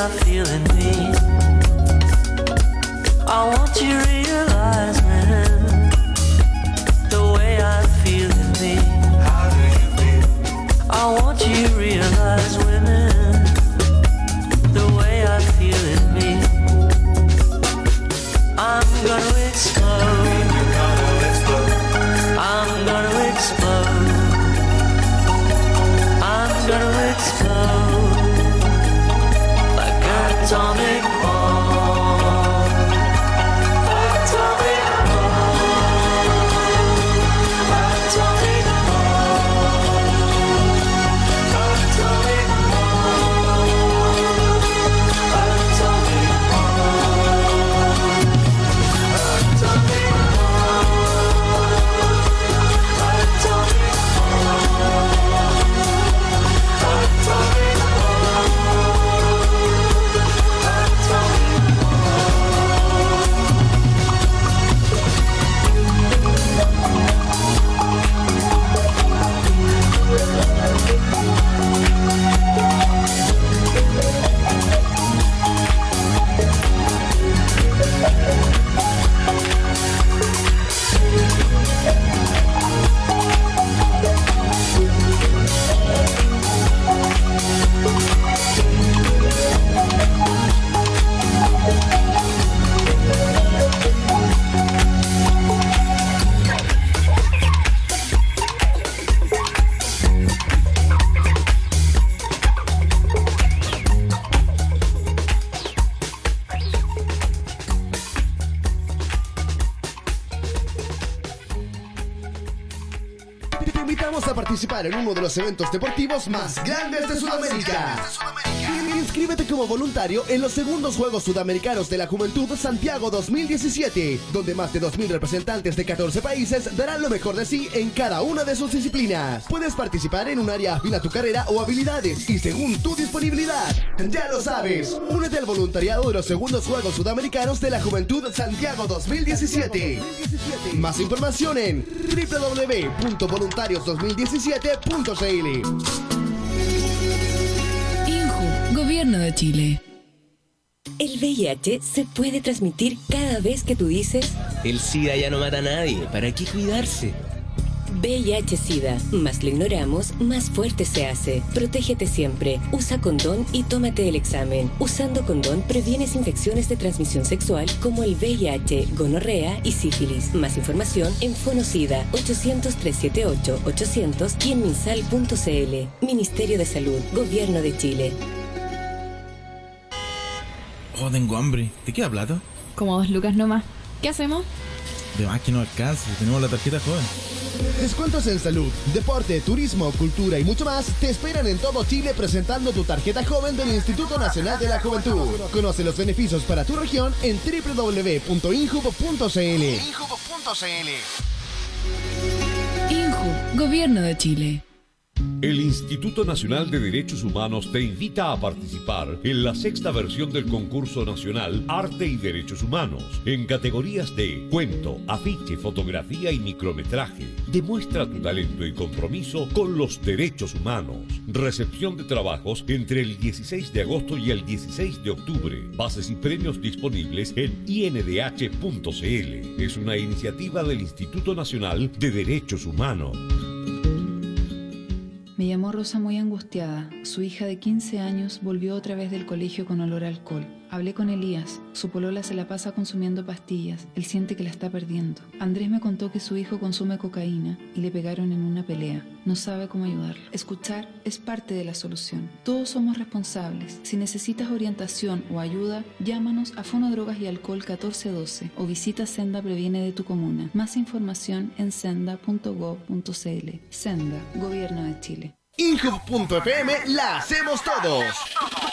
I'm feeling me. I want you to realize, man, the way I feel in me. I want you to realize, women, the way I feel in me. I'm gonna explode. I'm gonna explode. I'm gonna explode like an atomic bomb. Atomic bomb. Atomic bomb. Atomic bomb. Atomic Te invitamos a participar en uno de los eventos deportivos más grandes de Sudamérica. Inscríbete como voluntario en los segundos Juegos Sudamericanos de la Juventud Santiago 2017, donde más de 2.000 representantes de 14 países darán lo mejor de sí en cada una de sus disciplinas. Puedes participar en un área afín a tu carrera o habilidades y según tu disponibilidad. Ya lo sabes, únete al voluntariado de los segundos Juegos Sudamericanos de la Juventud Santiago 2017. Más información en www.voluntarios2017.cl. Inju, Gobierno de Chile. El VIH se puede transmitir cada vez que tú dices El SIDA ya no mata a nadie. ¿Para qué cuidarse? VIH-Sida. Más lo ignoramos, más fuerte se hace. Protégete siempre. Usa condón y tómate el examen. Usando condón previenes infecciones de transmisión sexual como el VIH, gonorrea y sífilis. Más información en Fonosida 800-378-800 y en minsal.cl. Ministerio de Salud, Gobierno de Chile. Oh, tengo hambre. ¿Te queda plata? Como dos lucas nomás. ¿Qué hacemos? De más que no alcanza. Tenemos la tarjeta joven. Descuentos en salud, deporte, turismo, cultura y mucho más te esperan en todo Chile presentando tu tarjeta joven del Instituto Nacional de la Juventud. Conoce los beneficios para tu región en www.injubo.cl. Inju, Gobierno de Chile. El Instituto Nacional de Derechos Humanos te invita a participar en la sexta versión del concurso nacional Arte y Derechos Humanos en categorías de cuento, afiche, fotografía y micrometraje. Demuestra tu talento y compromiso con los derechos humanos. Recepción de trabajos entre el 16 de agosto y el 16 de octubre. Bases y premios disponibles en indh.cl. Es una iniciativa del Instituto Nacional de Derechos Humanos. Me llamó Rosa muy angustiada. Su hija de 15 años volvió otra vez del colegio con olor a alcohol. Hablé con Elías. Su polola se la pasa consumiendo pastillas. Él siente que la está perdiendo. Andrés me contó que su hijo consume cocaína y le pegaron en una pelea. No sabe cómo ayudarlo. Escuchar es parte de la solución. Todos somos responsables. Si necesitas orientación o ayuda, llámanos a Fono Drogas y Alcohol 1412 o visita Senda Previene de tu comuna. Más información en senda.gov.cl. Senda, Gobierno de Chile. Inhub.fm la hacemos todos.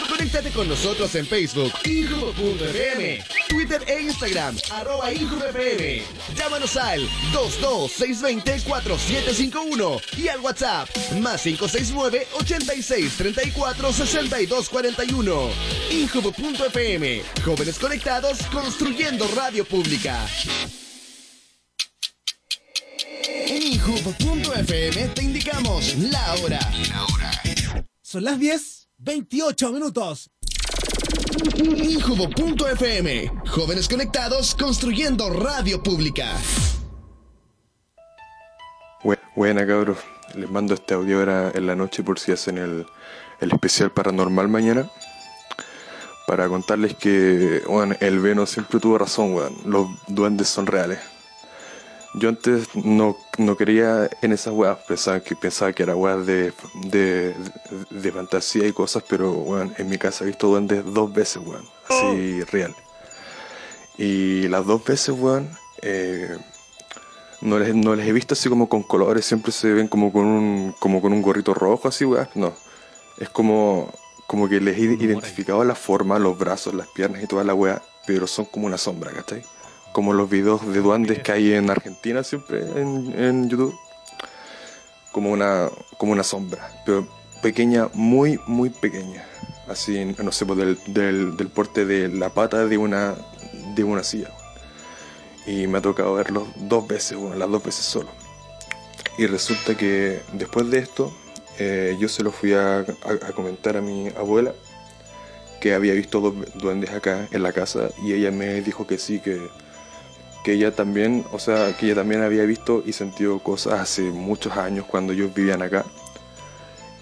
Conéctate con nosotros en Facebook, Inhub.fm, Twitter e Instagram, arroba Inhub.fm. Llámanos al 22620-4751 y al WhatsApp, más 569-8634-6241. Inhub.fm, jóvenes conectados construyendo radio pública. En Inhub.fm te indicamos la hora. Son las 10, 28 minutos. Injubo.fm. Jóvenes conectados construyendo radio pública. Bu- Buena, cabros. Les mando este audio ahora en la noche por si hacen el, el especial paranormal mañana. Para contarles que, bueno, el Veno siempre tuvo razón, weón. Los duendes son reales. Yo antes no, no creía en esas weas, pensaba que, pensaba que era weas de, de, de fantasía y cosas, pero weón, en mi casa he visto duendes dos veces, weón. Así, real. Y las dos veces, weón, eh, no les, no les he visto así como con colores, siempre se ven como con un, como con un gorrito rojo, así, weón. No. Es como, como que les he identificado la forma, los brazos, las piernas y toda la weá, pero son como una sombra, ¿cachai? Como los videos de duendes que hay en Argentina siempre en, en YouTube. Como una, como una sombra, pero pequeña, muy, muy pequeña. Así, no sé, pues, del, del, del porte de la pata de una, de una silla. Y me ha tocado verlos dos veces, bueno, las dos veces solo. Y resulta que después de esto, eh, yo se lo fui a, a- a comentar a mi abuela, que había visto dos duendes acá en la casa, y ella me dijo que sí, que, que ella también, o sea, que ella también había visto y sentido cosas hace muchos años cuando ellos vivían acá.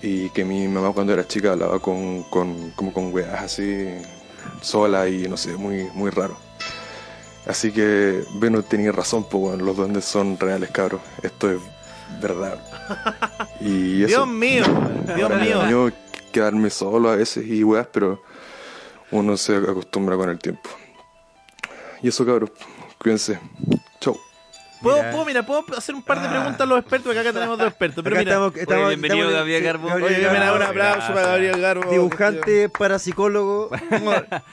Y que mi mamá cuando era chica hablaba con, con, como con weas así, sola y no sé, muy, muy raro. Así que, bueno, tenía razón, pues bueno, los duendes son reales, cabros. Esto es verdad. Y eso, Dios mío, Dios Ahora me mío. da miedo quedarme solo a veces y weas, pero uno se acostumbra con el tiempo. Y eso, cabros, cuídense. Chau. ¿Puedo, puedo, mira, puedo hacer un par de preguntas a los expertos, porque acá tenemos dos expertos. Pero Ah. Acá mira, estamos- estamos- Oye, bienvenido, estamos- Gabriel Garbo. Oye, mira, un aplauso para Gabriel Garbo. Dibujante, parapsicólogo.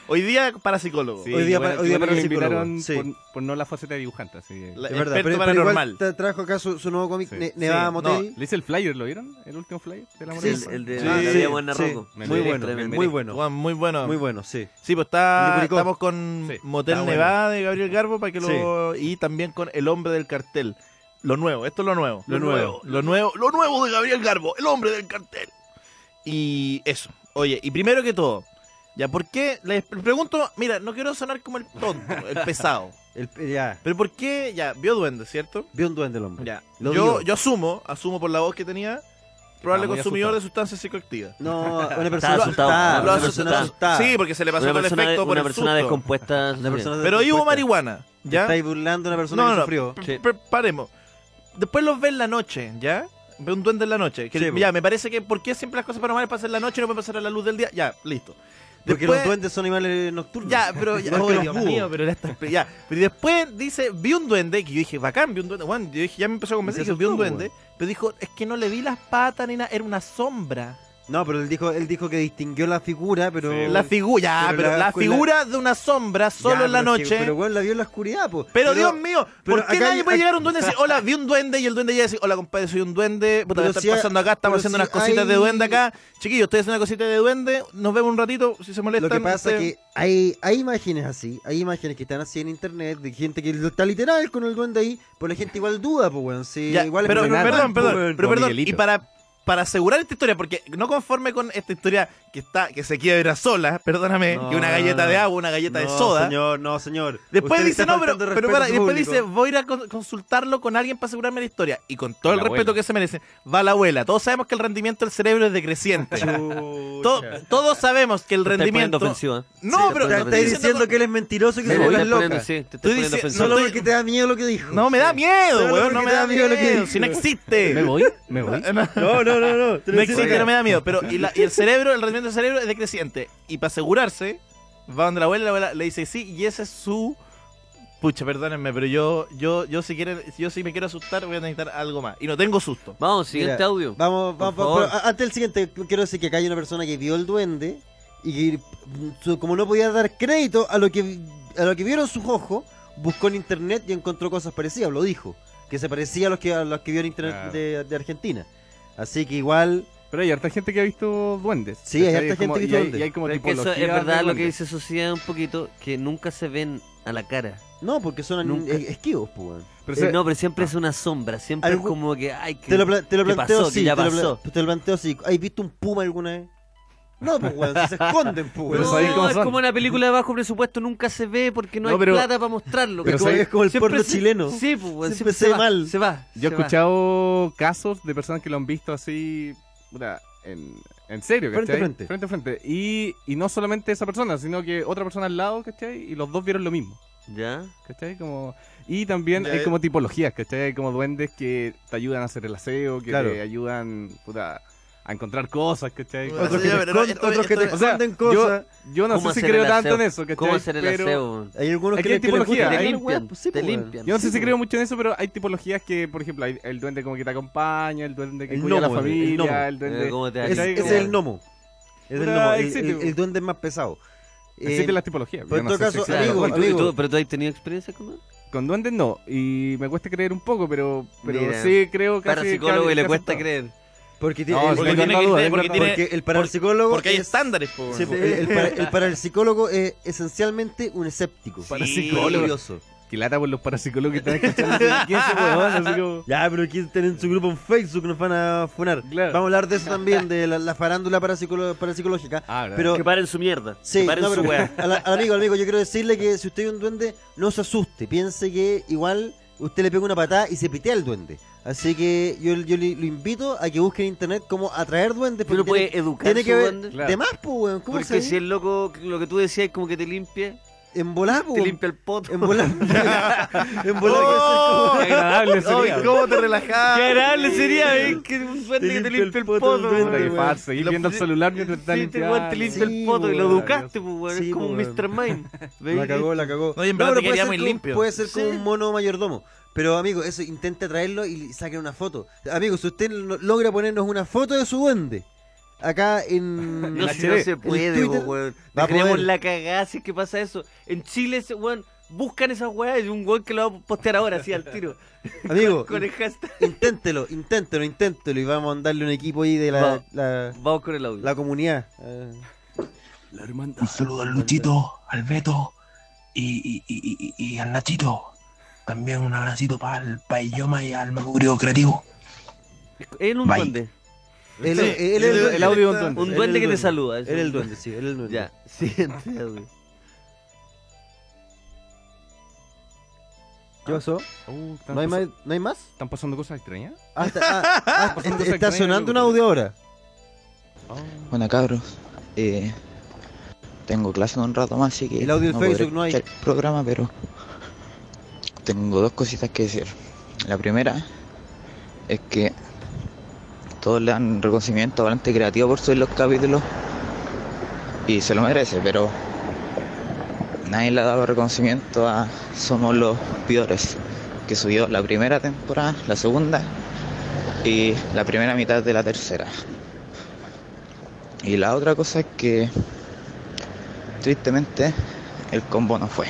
Hoy día parapsicólogo. Hoy día para- hoy día para parapsicólogo, invitaron sí. por, por no la faceta de dibujante, así que... Es verdad, pero, pero igual tra- trajo acá su, su nuevo cómic, Sí. Ne- Sí, Nevada no, Motel. Le hice el flyer, ¿lo vieron? El último flyer de la Sí, Morena. el- el de- Ah, la de Juana Rocco. Me Muy enteré, bueno, me enteré. muy bueno. Juan, muy bueno. Muy bueno, sí. Sí, pues está, El de Curicó. estamos con Sí, Motel está bueno. Nevada de Gabriel Garbo para que lo, y también con El Hombre del Cartel. Lo nuevo, esto es lo nuevo. Lo nuevo. Lo nuevo, lo nuevo de Gabriel Garbo, El Hombre del Cartel. Y eso. Oye, y primero que todo, ya, ¿por qué? Les pregunto, mira, no quiero sonar como el tonto, el pesado. El- Eh, ya, Pero ¿por qué? Ya, vio duende, ¿cierto? vio un duende el hombre. Ya. Lo Yo, vio. yo asumo, asumo por la voz que tenía, probable Estaba muy consumidor asustado. de sustancias psicoactivas. No, una Estaba persona asustado, asustada. una una persona persona asustada. asustada. Sí, porque se le pasó Una todo el persona- efecto por una el persona susto. descompuesta. Una persona Pero ahí hubo descompuesta. marihuana, ¿ya? Estáis burlando a una persona No, que no, sufrió. p- p- paremos. Después los ve en la noche, ¿ya? Ve un duende en la noche. que- Sí, po. ya, me parece que ¿por qué siempre las cosas paranormales pasan en la noche y no pueden pasar a la luz del día? Ya, listo. Porque los duendes son animales nocturnos. Ya, pero ya, Igual que oh, los Dios búhos. mío, pero era esta- pero ya. Pero después dice, vi un duende, que yo dije, bacán, vi un duende. Bueno, yo dije, ya me empezó a convencer, Se dije, vi un asustó, duende. Pero dijo, es que no le vi las patas ni nada, era una sombra. No, pero él dijo, él dijo que distinguió la figura, pero. La figura, ya, pero, la, figura de una sombra Ya, solo en la pero es noche. que- pero bueno, la vio en la oscuridad, pues. Pero, Dios mío, ¿por qué nadie puede llegar a un duende y decir, hola hola, vi un duende? Y el duende ya dice, hola, compadre, soy un duende. Puta, Pero ¿qué está si hay- pasando acá? Estamos pero haciendo si unas cositas de hay- duende acá. Chiquillos, ustedes hacen una cosita de duende. Nos vemos un ratito, si se molestan. Lo que pasa ustedes- es que hay, hay imágenes así, hay imágenes que están así en internet de gente que lo está literal con el duende ahí, pero la gente igual duda, pues weón. Sí, Ya, igual es pero, normal, perdón, po, perdón, weón. pero perdón, y para, para asegurar esta historia, porque no conforme con esta historia que está que se quiebra sola, perdóname, No, que una galleta de agua, una galleta de soda. señor, no, señor. Después Usted dice, está no, pero, faltando pero respeto para, a y su después público. dice, voy a ir a con- consultarlo con alguien para asegurarme la historia. Y con todo el La respeto abuela. que se merece, va la abuela. Todos sabemos que el rendimiento del cerebro es decreciente. To- todos sabemos que el Te estáis rendimiento. poniendo ofensiva. No, Sí, te pero estás estoy poniendo Diciendo que él es mentiroso y que Me se voy vuelve poniendo- loca. sí, te estoy Tú poniendo dices, ofensivo. solo Estoy- porque te da miedo lo que dijo. No, me da miedo, Solo weón. porque No me te da miedo. lo que Si dijo. no existe. ¿Me voy? ¿Me voy? No, no, no, no. te lo No digo. existe, no me da miedo. Pero y, la- y el cerebro, el rendimiento del cerebro es decreciente. Y para asegurarse, va donde la abuela, la abuela le dice sí, y ese es su. Pucha, perdónenme, pero yo, yo, yo si quieren, yo si me quiero asustar, voy a necesitar algo más. Y no tengo susto. Vamos, siguiente Mira, audio. Vamos, Por vamos, favor. pero a- antes del siguiente, quiero decir que acá hay una persona que vio el duende y que mm, su- como no podía dar crédito a lo que a lo que vieron sus ojos, buscó en internet y encontró cosas parecidas, lo dijo, que se parecía a los que a los que vio en internet Claro. de, de Argentina. Así que igual Pero hay harta gente que ha visto duendes. Sí, hay ¿cachai? harta Es como- gente que ha y visto hay- duendes. Y hay como Pero es que eso tipologías es verdad de lo que duendes. dice Sociedad un poquito, que nunca se ven a la cara. no, porque son anim- Nunca. eh, esquivos, pues. weón. Pero Eh, se- no, pero siempre es una sombra, siempre es Algú- como que, ay, que Te lo, pla- te lo que planteo pasó, así, que ya te, lo pla- pasó. te lo planteo así. ¿Has visto un puma alguna vez? No, pues, weón, si se esconden, pues, weón. No, es como una película de bajo presupuesto, nunca se ve porque no, No, hay pero- plata para mostrarlo. pero ¿cachai? sabes- es como el Siempre porno se- chileno. Sí, pues, weón, Siempre siempre, se se, ve va, mal. Se va. Yo he se va. escuchado casos de personas que lo han visto así, puta, en, en serio, Frente a ¿cachai? frente. Frente a frente. Y, y no solamente esa persona, sino que otra persona al lado, ¿cachai? Y los dos vieron lo mismo. ¿Ya? ¿Cachai? Como... Y también Ya, hay eh. como tipologías, ¿cachai? Hay como duendes que te ayudan a hacer el aseo, que Claro. te ayudan puta, a encontrar cosas, ¿cachai? Otros Como- que te esconden- otros que te o sea, esconden yo- cosas. Yo no ¿Cómo sé si hacer creo el tanto en aseo? eso, ¿cachai? ¿Cómo hacer el Pero- aseo? Hay algunos Es que que hay les- que les tipologías, hay- gusta. Te hay- limpian, pues, te pues, weón. limpian, Yo no sí, sé si pues. creo mucho en eso, pero hay tipologías que, por ejemplo, hay el duende como que te acompaña, el duende que El cuida a la gnomo, el- el gnomo. familia, el duende... Eh, como te ¿cachai? Es- ese es Como- el gnomo. Es el Puta, gnomo. El, existe, el- weón. el duende es más pesado. Existen Eh, las tipologías, Pero en yo no todo sé si caso, existen las amigo, ¿Y tú- amigo, tú- ¿Pero tú has tenido experiencia con él? Con duendes no, y me cuesta creer un poco, pero, pero Mira, sí creo que... Para psicólogo y le cuesta creer. Porque, No, tiene, el- porque el- tiene el- que- duda, porque el- tiene- porque el parapsicólogo. porque hay es- estándares, po, Sí, weón. el, el para- el parapsicólogo es esencialmente un escéptico. Parapsicólogo. Curioso. Que lata por los parapsicólogos que están escuchando. ¿Qué es ese weón? Así como... Ya, pero aquí tienen su grupo en Facebook, nos van a funar. Claro. Vamos a hablar de eso también, de la, la farándula parapsicolo- parapsicológica. Ah, ¿verdad? pero Que paren su mierda. Sí, que paren no, su pero- weá. al, al amigo, al amigo, yo quiero decirle que si usted es un duende, no se asuste. Piense que igual usted le pega una patada y se pitea al duende. Así que yo, yo le- lo invito a que busque en internet cómo atraer duendes. Pero porque puede educar tiene su que ver duende. de Claro. más, pues, weón. ¿Cómo Porque sabés? si el loco, lo que tú decías, como que te limpia, En volar, pues, te weón. limpia el poto. En volar. en volar. ¡Oh! Qué agradable sería. Ay, ¿Cómo te relajás? Qué agradable sería, eh, que un duende que te limpia el poto, el Puta, weón. qué weón. farsa, seguir Lo- viendo el celular mientras está Sí, te weón, te limpia Sí, el poto y lo weón. educaste, pues, weón. Sí, Es como un pues, Mr. Mime. La cagó, la cagó. No, y en verdad te pero puede quería ser muy como- limpio. Puede ser como Sí. un mono mayordomo. Pero amigo, eso, intente traerlo y saque una foto. Amigo, si usted lo- logra ponernos una foto de su duende, acá en... No, El si no HD. se puede, Twitter po, weón. va a Tenemos poder. la cagada si es que pasa eso. En Chile, ese weón, buscan esa weá y un weón que lo va a postear ahora, así al tiro. Amigo, Con el hashtag. inténtelo, inténtelo, inténtelo. Y vamos a mandarle un equipo ahí de la, Va. la, Vamos con el audio. la comunidad. Un saludo al Luchito, al Beto y, y- y- y- y al Nachito. También un abracito para el Payoma y al Macurio Creativo. En un Bye. duende. Él, Sí, él- él- él- el audio de un él- duende. Un él- duende el que te saluda, Él eso. el duende, sí, él el duende. Ya, siguiente audio. ¿Qué pasó? Uh, ¿están, ¿No hay, pas- más, ¿No hay más? ¿Están pasando cosas extrañas? Ah, está, ah, ah, Pasando está- cosas está extrañas, sonando un amigo. audio ahora. Bueno, cabros, eh, tengo clase en un rato más, así que El audio del no podré Facebook no hay. escuchar el programa, pero tengo dos cositas que decir. La primera es que todos le dan reconocimiento bastante creativo por subir los capítulos y se lo merece, pero nadie le ha dado reconocimiento a Somos los Peores, que subió la primera temporada, la segunda y la primera mitad de la tercera. Y la otra cosa es que, tristemente, el combo no fue.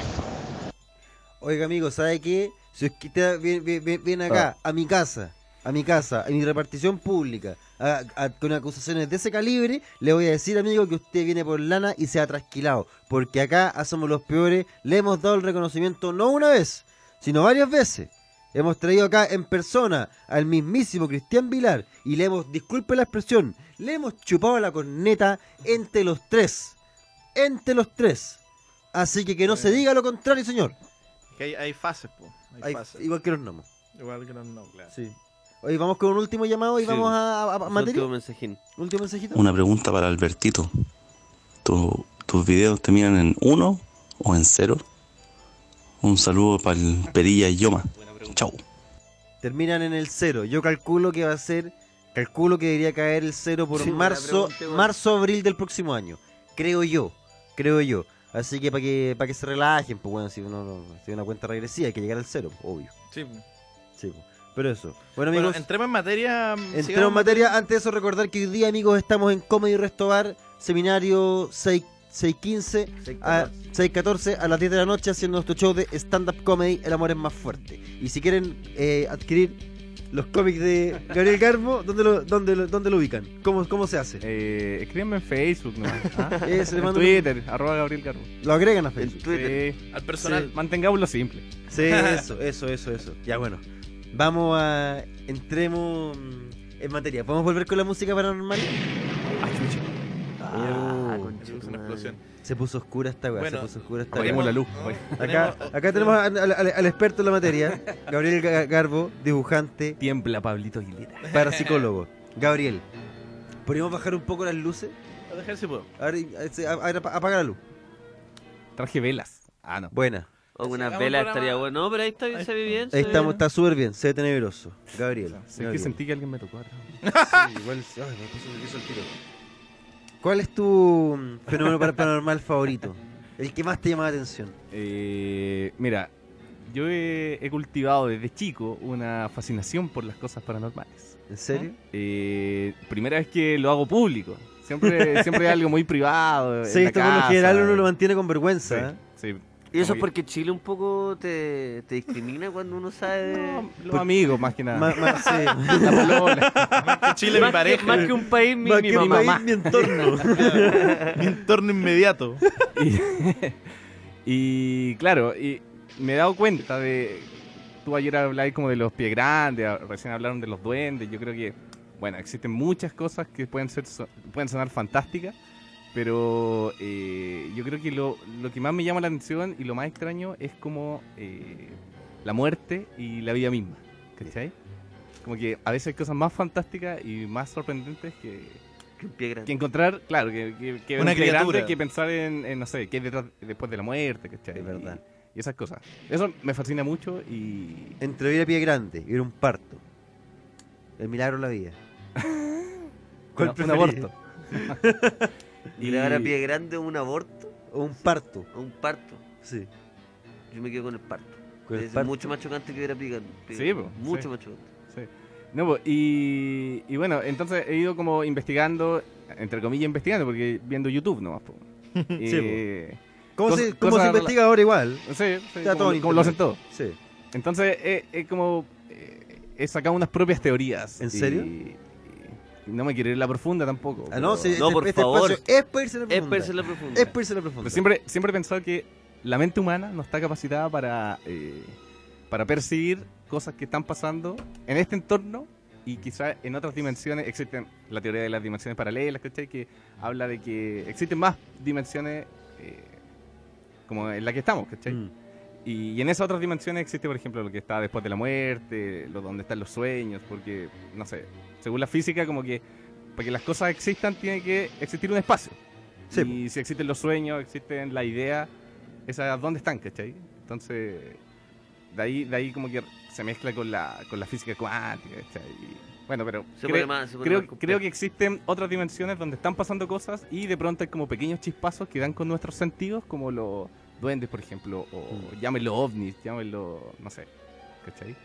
Oiga, amigo, ¿sabe qué? Si es que usted viene, viene- viene acá, a mi casa, a mi casa, en mi repartición pública, a- a- con acusaciones de ese calibre, le voy a decir, amigo, que usted viene por lana y se ha trasquilado. Porque acá somos los peores, le hemos dado el reconocimiento no una vez, sino varias veces. Hemos traído acá en persona al mismísimo Cristian Vilar y le hemos, disculpe la expresión, le hemos chupado la corneta entre los tres. Entre los tres. Así que que no se diga lo contrario, señor. Que hay, hay fases, po. Hay, Ay, fases. igual que los gnomos. Igual que no, no, claro. Sí. Oye, vamos con un último llamado y Sí. vamos a, a- a materia. Último mensajín. Último mensajito. Una pregunta para Albertito. ¿Tu- ¿Tus videos te miran en 1 o en 0? Un saludo para el Perilla y Yoma. Chau. Terminan en el cero. Yo calculo que va a ser. Calculo que debería caer el cero por Sí, marzo, buena pregunta, weón. marzo, abril del próximo año. Creo yo. Creo yo. Así que para que, para que se relajen, pues bueno, si uno no- si una cuenta regresiva hay que llegar al cero, obvio. Sí, po. Sí, pues. Pero eso. Bueno, amigos. Bueno, entremos en materia. mm, Entremos sigamos en materia, antes de eso recordar que hoy día amigos estamos en Comedy Restobar, seminario 6, 615 a 614 a las 10 de la noche haciendo nuestro show de stand-up comedy El amor es más fuerte. Y si quieren eh, adquirir los cómics de Gabriel Garbo, ¿dónde lo, dónde, lo- dónde lo ubican? ¿Cómo, ¿Cómo se hace? Eh, escríbeme en Facebook, ¿no? ¿Ah? Eso, le en mando- Twitter, arroba Gabriel Carbo. Lo agregan a En Facebook. Twitter. Sí. Al personal. Sí, Mantengámoslo simple. Sí, eso, eso, eso, eso. Ya bueno. Vamos a... Entremos mm, en materia. ¿Podemos volver con la música paranormal? Ah, conchetumare. Ah, una explosión. Se puso oscura esta weá, Bueno, se puso oscura esta apagamos weá. la luz. pues. Acá, acá tenemos al, al- al experto en la materia, Gabriel Ga- Garbo, dibujante. Tiembla Pablito Aguilera. Parapsicólogo. Gabriel, ¿podríamos bajar un poco las luces? A dejar si puedo. A ver, eh, se- a- a ver, apa- apaga la luz. Traje velas. Ah, no. Buena. O Oh, una hagamos un vela programa- estaría bueno. No, pero ahí está bien, se ve bien. se Ahí ve estamos, bien. está súper bien, se ve tenebroso. Gabriel. Es que Gabriel. sentí que alguien me tocó. acá. Sí, igual, ay, me puso nervioso el tiro. ¿Cuál es tu mm, fenómeno par- paranormal favorito? El que más te llama la atención. Eh, mira, yo he, he cultivado desde chico una fascinación por las cosas paranormales. ¿En serio? Eh, primera vez que lo hago público. Siempre, siempre es algo muy privado. Sí, en la esto por lo casa. general uno lo mantiene con vergüenza. ¿eh? Sí, Y como eso es que- porque Chile un poco te, te discrimina cuando uno sabe. Los amigos, más que nada. Ma- ma- sí. La polola. Chile, mi Más que- pareja. más que un país, mi- Más mi que un mamá. país, mi entorno. mi entorno inmediato. Y, y claro, y me he dado cuenta de. Tú ayer hablabas como de los pies grandes, a- recién hablaron de los duendes. Yo creo que, bueno, existen muchas cosas que pueden, ser, so- pueden sonar fantásticas, pero eh, yo creo que lo, lo que más me llama la atención y lo más extraño es como eh, la muerte y la vida misma. ¿Cachai? Como que a veces hay cosas más fantásticas y más sorprendentes que, que encontrar, claro, que, que, que Una un pie grande, criatura. que pensar en, en, no sé, qué hay detrás, después de la muerte, ¿cachai? Es verdad. Y, esas cosas. Eso me fascina mucho y... Entre vida a pie grande, y era un parto. El milagro de la vida. Una- un aborto. Y grabar a pie grande un aborto O un parto. o un parto. Sí. Yo me quedo con el parto. Con el es parto. mucho más chocante que ver a pie grande. pie Sí, grande. po, Mucho sí. más chocante. Sí. No, po, y, y bueno, entonces he ido como investigando, entre comillas investigando, porque viendo YouTube nomás, po. Eh, ¿Cómo, cos- se, cómo cosas se rela- investiga ahora igual? Sí, sí, Está como- todo en como lo hacen internet. todo. Sí. Entonces, eh, eh, como eh, he sacado unas propias teorías. ¿En y- serio? y no me quiero ir a la profunda tampoco. Ah, pero- no, sí, este- este espacio Es para irse a la Es profunda. para irse a la profunda. Es para irse a la profunda. Pero siempre, siempre he pensado que la mente humana no está capacitada para, eh, para percibir cosas que están pasando en este entorno y quizás en otras dimensiones. Existen la teoría de las dimensiones paralelas, ¿cachai? Que habla de que existen más dimensiones eh, como en la que estamos, ¿cachai? Y, y en esas otras dimensiones existe, por ejemplo, lo que está después de la muerte, lo donde están los sueños, porque, no sé, según la física, como que para que las cosas existan tiene que existir un espacio. Y si existen los sueños, existen la idea, esa dónde están, ¿cachai? Entonces, de ahí, de ahí como que se mezcla con la, con la física cuántica, ¿cachai? Y, bueno, pero Se creo- pone más- se pone creo, más complejo. creo que existen otras dimensiones donde están pasando cosas y de pronto hay como pequeños chispazos que dan con nuestros sentidos, como los duendes, por ejemplo, o Mm. llámenlo ovnis, llámenlo, no sé, ¿cachai?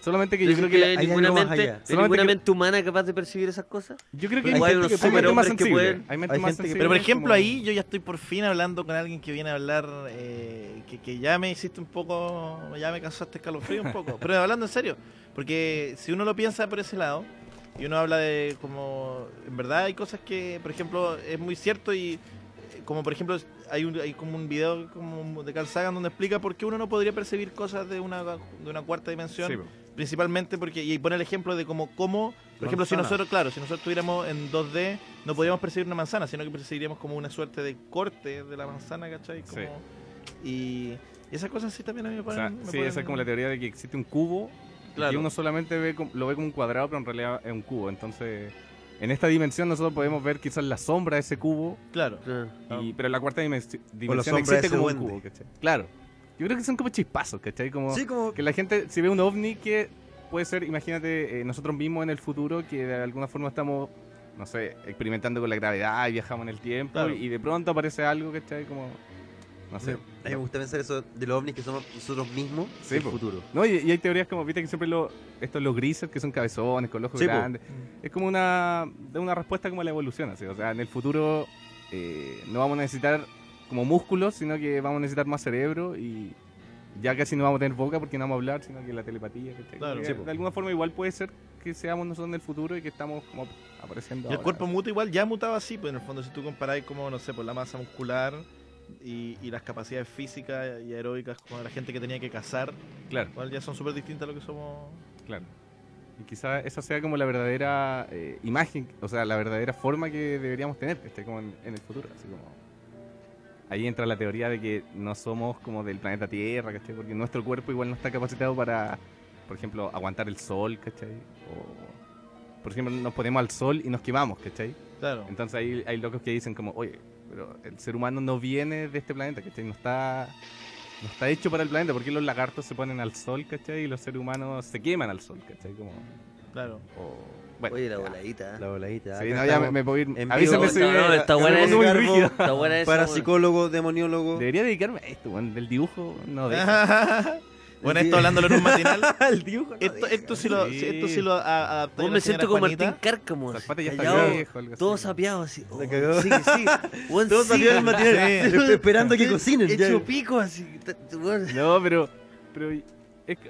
Solamente que yo creo que, la- hay ninguna mente, hay solamente ninguna que- mente humana capaz de percibir esas cosas. Yo creo que hay, hay gente unos que- hay gente más superhombres que sensible. pueden. Hay mente Hay más gente que- sensible. Pero por ejemplo como- ahí yo ya estoy por fin hablando con alguien que viene a hablar, eh, que, que ya me hiciste un poco, ya me cansaste escalofrío un poco. Pero hablando en serio, porque si uno lo piensa por ese lado, y uno habla de como, en verdad hay cosas que, por ejemplo, es muy cierto y eh, como por ejemplo hay, un, hay como un video como de Carl Sagan donde explica por qué uno no podría percibir cosas de una, de una cuarta dimensión. Sí, po. principalmente porque, y pone el ejemplo de como, cómo, por ejemplo, si Manzana. nosotros claro, si nosotros estuviéramos en 2D, no podríamos percibir una manzana, sino que percibiríamos como una suerte de corte de la manzana, ¿cachai? Como- Y y esas cosas sí también a mí me O sea, ponen... me sí, ponen- esa es como la teoría de que existe un cubo Claro. y uno solamente ve como- lo ve como un cuadrado, pero en realidad es un cubo. Entonces, en esta dimensión nosotros podemos ver quizás la sombra de ese cubo. Claro. Y, pero en la cuarta dimensi- dimensión sombra de existe ese como un duende. cubo, ¿cachai? Claro. Yo creo que son como chispazos, ¿cachai? Como, Sí, como- que la gente, si ve un ovni que puede ser, imagínate, eh, nosotros mismos en el futuro, que de alguna forma estamos, no sé, experimentando con la gravedad y viajamos en el tiempo Claro. y de pronto aparece algo, ¿cachai? Como, no sé. A mí me gusta pensar eso de los ovnis que somos nosotros mismos Sí, en po. el futuro. No, y, y hay teorías como, viste que siempre lo, estos los grises que son cabezones, con los ojos Sí, po. grandes. Es como una, de una respuesta como a la evolución, así. O sea, en el futuro eh, no vamos a necesitar como músculos, sino que vamos a necesitar más cerebro y ya casi no vamos a tener boca porque no vamos a hablar, sino que la telepatía. ¿cachai? Claro. Porque Sí, po. de alguna forma igual puede ser que seamos nosotros en el futuro y que estamos como apareciendo Y el ahora. cuerpo muta igual ya mutaba así, pues en el fondo si tú comparáis como, no sé, por la masa muscular y, y las capacidades físicas y aeróbicas como la gente que tenía que cazar, Claro. igual ya son súper distintas a lo que somos Claro. Y quizás esa sea como la verdadera eh, imagen, o sea, la verdadera forma que deberíamos tener, que esté como en, en el futuro. Así como... Ahí entra la teoría de que no somos como del planeta Tierra, ¿cachai? Porque nuestro cuerpo igual no está capacitado para, por ejemplo, aguantar el sol, ¿cachai? O, por ejemplo, nos ponemos al sol y nos quemamos, ¿cachai? Claro. Entonces hay, hay locos que dicen como, oye, pero el ser humano no viene de este planeta, ¿cachai? No está, no está hecho para el planeta. ¿Por qué los lagartos se ponen al sol, ¿cachai? Y los seres humanos se queman al sol, ¿cachai? Como... Claro. Oye, la voladita. La voladita. Sí, no, ya me, me puedo ir. En a veces vivo. me soy- No, no, está me buena pongo esa, muy Carbo. rígido. Está buena esa, Parapsicólogo, demoniólogo. Debería dedicarme a esto, weón, del dibujo, no de Bueno, esto hablándolo en un matinal. el dibujo. no Esto, eh, deja. esto sí lo, Sí. esto sí lo a- adaptó Vos la señora me siento como Juanita. Martín Cárcamo. así, Zapata ya está callado, viejo, algo así. Todo sapeado así. Oh, sí, cagó. que sí. Weón, Todo sí. sapeado del material, Sí. esperando que cocinen, ya. Hecho pico así. t- t- weón. No, pero, pero es,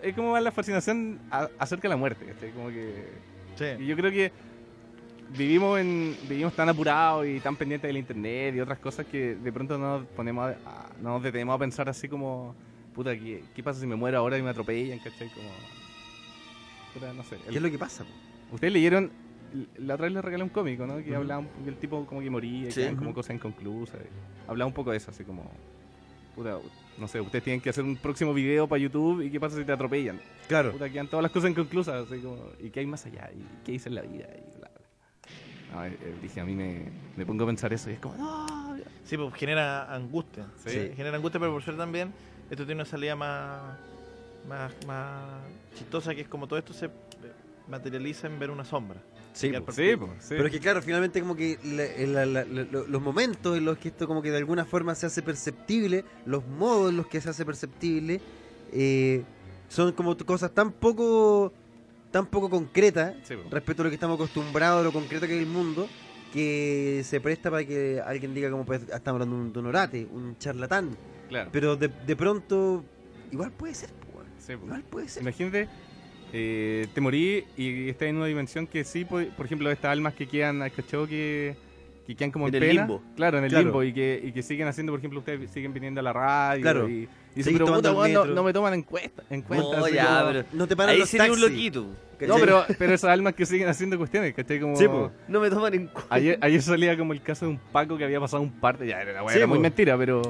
es como va la fascinación a- acerca de la muerte, ¿cachai? Como que... Y yo creo que vivimos en vivimos tan apurados y tan pendientes del internet y otras cosas que de pronto no nos ponemos a- a- no nos detenemos a pensar así como puta ¿qué, qué pasa si me muero ahora y me atropellan ¿cachai? como puta, no sé ¿Qué es lo que pasa? po? ustedes leyeron la otra vez les regalé un cómico ¿no? que Ujú. hablaba un poco- el tipo como que moría y Sí. quedaban como Ujú. cosas inconclusas y hablaba un poco de eso así como puta no sé ustedes tienen que hacer un próximo video para YouTube y qué pasa si te atropellan Claro. puta quedan todas las cosas inconclusas así como y qué hay más allá y qué hice en la vida y bla no, eh, eh, dije, a mí me, me pongo a pensar eso y es como, no. Sí, pues genera angustia. Sí. Sí, Genera angustia, pero por suerte también esto tiene una salida más, más, más chistosa, que es como todo esto se eh, materializa en ver una sombra. Llegar po. por- Pero es que claro, finalmente como que la- la- la- la- lo- los momentos en los que esto como que de alguna forma se hace perceptible, los modos en los que se hace perceptible, eh, son como t- cosas tan poco, tan poco concretas Sí, po. respecto a lo que estamos acostumbrados, a lo concreto que es el mundo, que se presta para que alguien diga como pues estamos hablando de un donorate, un charlatán. Claro. Pero de, de pronto, igual puede ser. po, weón. Sí, po. Igual puede ser. Imagínate, eh, te morí y estás en una dimensión que sí, po- por ejemplo, estas almas que quedan, ¿has cachado que, que quedan como en, En el pena? limbo. Claro, en el Claro. limbo y que, y que siguen haciendo, por ejemplo, ustedes siguen viniendo a la radio Claro. y, y Seguís dicen, pero puta, tomando el weón, no, metro. no me toman en cuenta. En cuenta No, así ya, como- pero. ahí sería un loquito. No, pero, pero esas almas que siguen haciendo cuestiones, ¿cachai? Como... Sí, po. No me toman en cuenta. Ayer, ayer salía como el caso de un Paco que había pasado un parte. Ya, era, la wea, Sí, era po. muy mentira, pero.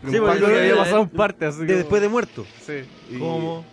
pero Sí, un po, Paco yo- que había yo- pasado un de- parte. Así de como- después de muerto. Sí. ¿Cómo?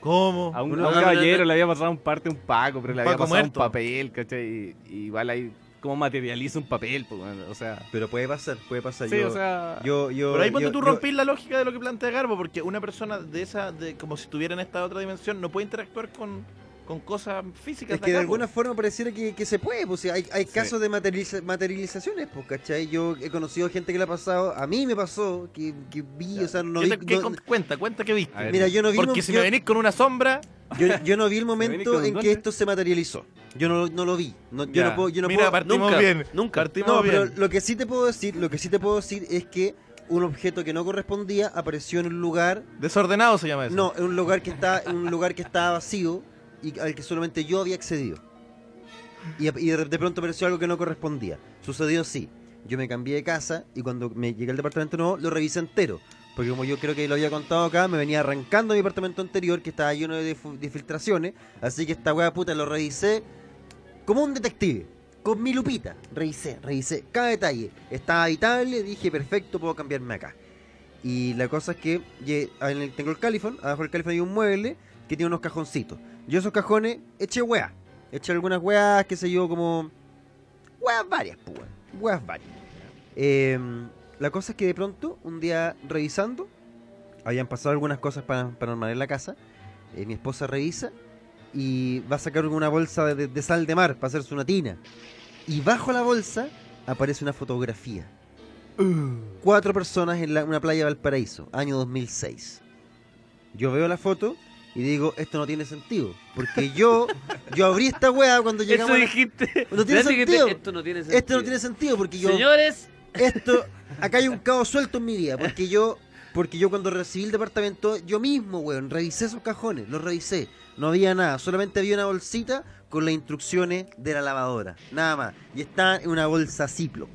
¿Cómo? A un, Uno- a un no, no, caballero no. le había pasado un parte un Paco, pero le había Paco pasado muerto. un papel, ¿cachai? Y, y igual ahí. ¿Cómo materializa un papel? po, bueno, o sea. Pero puede pasar, puede pasar. Sí, yo, o sea. yo, yo, Pero ahí ponte yo- tú yo- rompís la lógica de lo que plantea Garbo, porque una persona de esa, de, como si estuviera en esta otra dimensión, no puede interactuar con, con cosas físicas. Es que de acá, alguna po. forma pareciera que, que se puede, pues, o sea, hay, hay casos de materializa- materializaciones, pues, ¿cachai? Yo he conocido gente que le ha pasado, a mí me pasó, que, que vi, o sea, no ¿Qué vi... te- qué no- con- cuenta, cuenta que viste. A ver. Mira, yo no vi Porque un- si yo- me venís con una sombra. yo, yo no vi venís el con momento un en duende. que esto se materializó. Yo no, no lo vi. No- yo Ya. no puedo... Yo no Mira, puedo- partimos nunca, bien, nunca. partimos no, pero bien. lo que sí te puedo decir, lo que sí te puedo decir es que un objeto que no correspondía apareció en un lugar Desordenado se llama eso. No, en un lugar que está, en un lugar que estaba vacío y al que solamente yo había accedido. Y, y de de pronto apareció algo que no correspondía. Sucedió así. Yo me cambié de casa y cuando me llegué al departamento nuevo lo revisé entero. Porque como yo creo que lo había contado acá, me venía arrancando mi departamento anterior que estaba lleno de, fu- de filtraciones. Así que esta weá puta lo revisé como un detective. Con mi lupita. Revisé, revisé cada detalle. Estaba habitable, dije perfecto, puedo cambiarme acá. Y la cosa es que ye- ah, en el- tengo el califón, abajo del califón hay un mueble que tiene unos cajoncitos. Yo esos cajones eché weá. Eché algunas weas, qué sé yo, como... Weas varias, pues. weón. Weas varias. Eh, la cosa es que de pronto, un día revisando, habían pasado algunas cosas para, paranormales en la casa. Eh, mi esposa revisa y va a sacar una bolsa de, de sal de mar para hacerse una tina. Y bajo la bolsa aparece una fotografía. Cuatro personas en la- una playa de Valparaíso, año 2006. Yo veo la foto y digo, esto no tiene sentido. Porque yo, yo abrí esta weá cuando llegamos... Eso a la- dijiste. No tiene Fíjate que te- sentido. esto no tiene Esto sentido. no tiene sentido porque yo... Señores. Esto... Acá hay un cabo suelto en mi vida. Porque yo... Porque yo cuando recibí el departamento, yo mismo, weón, revisé esos cajones, los revisé. No había nada, solamente había una bolsita con las instrucciones de la lavadora, nada más. Y está en una bolsa Ziploc.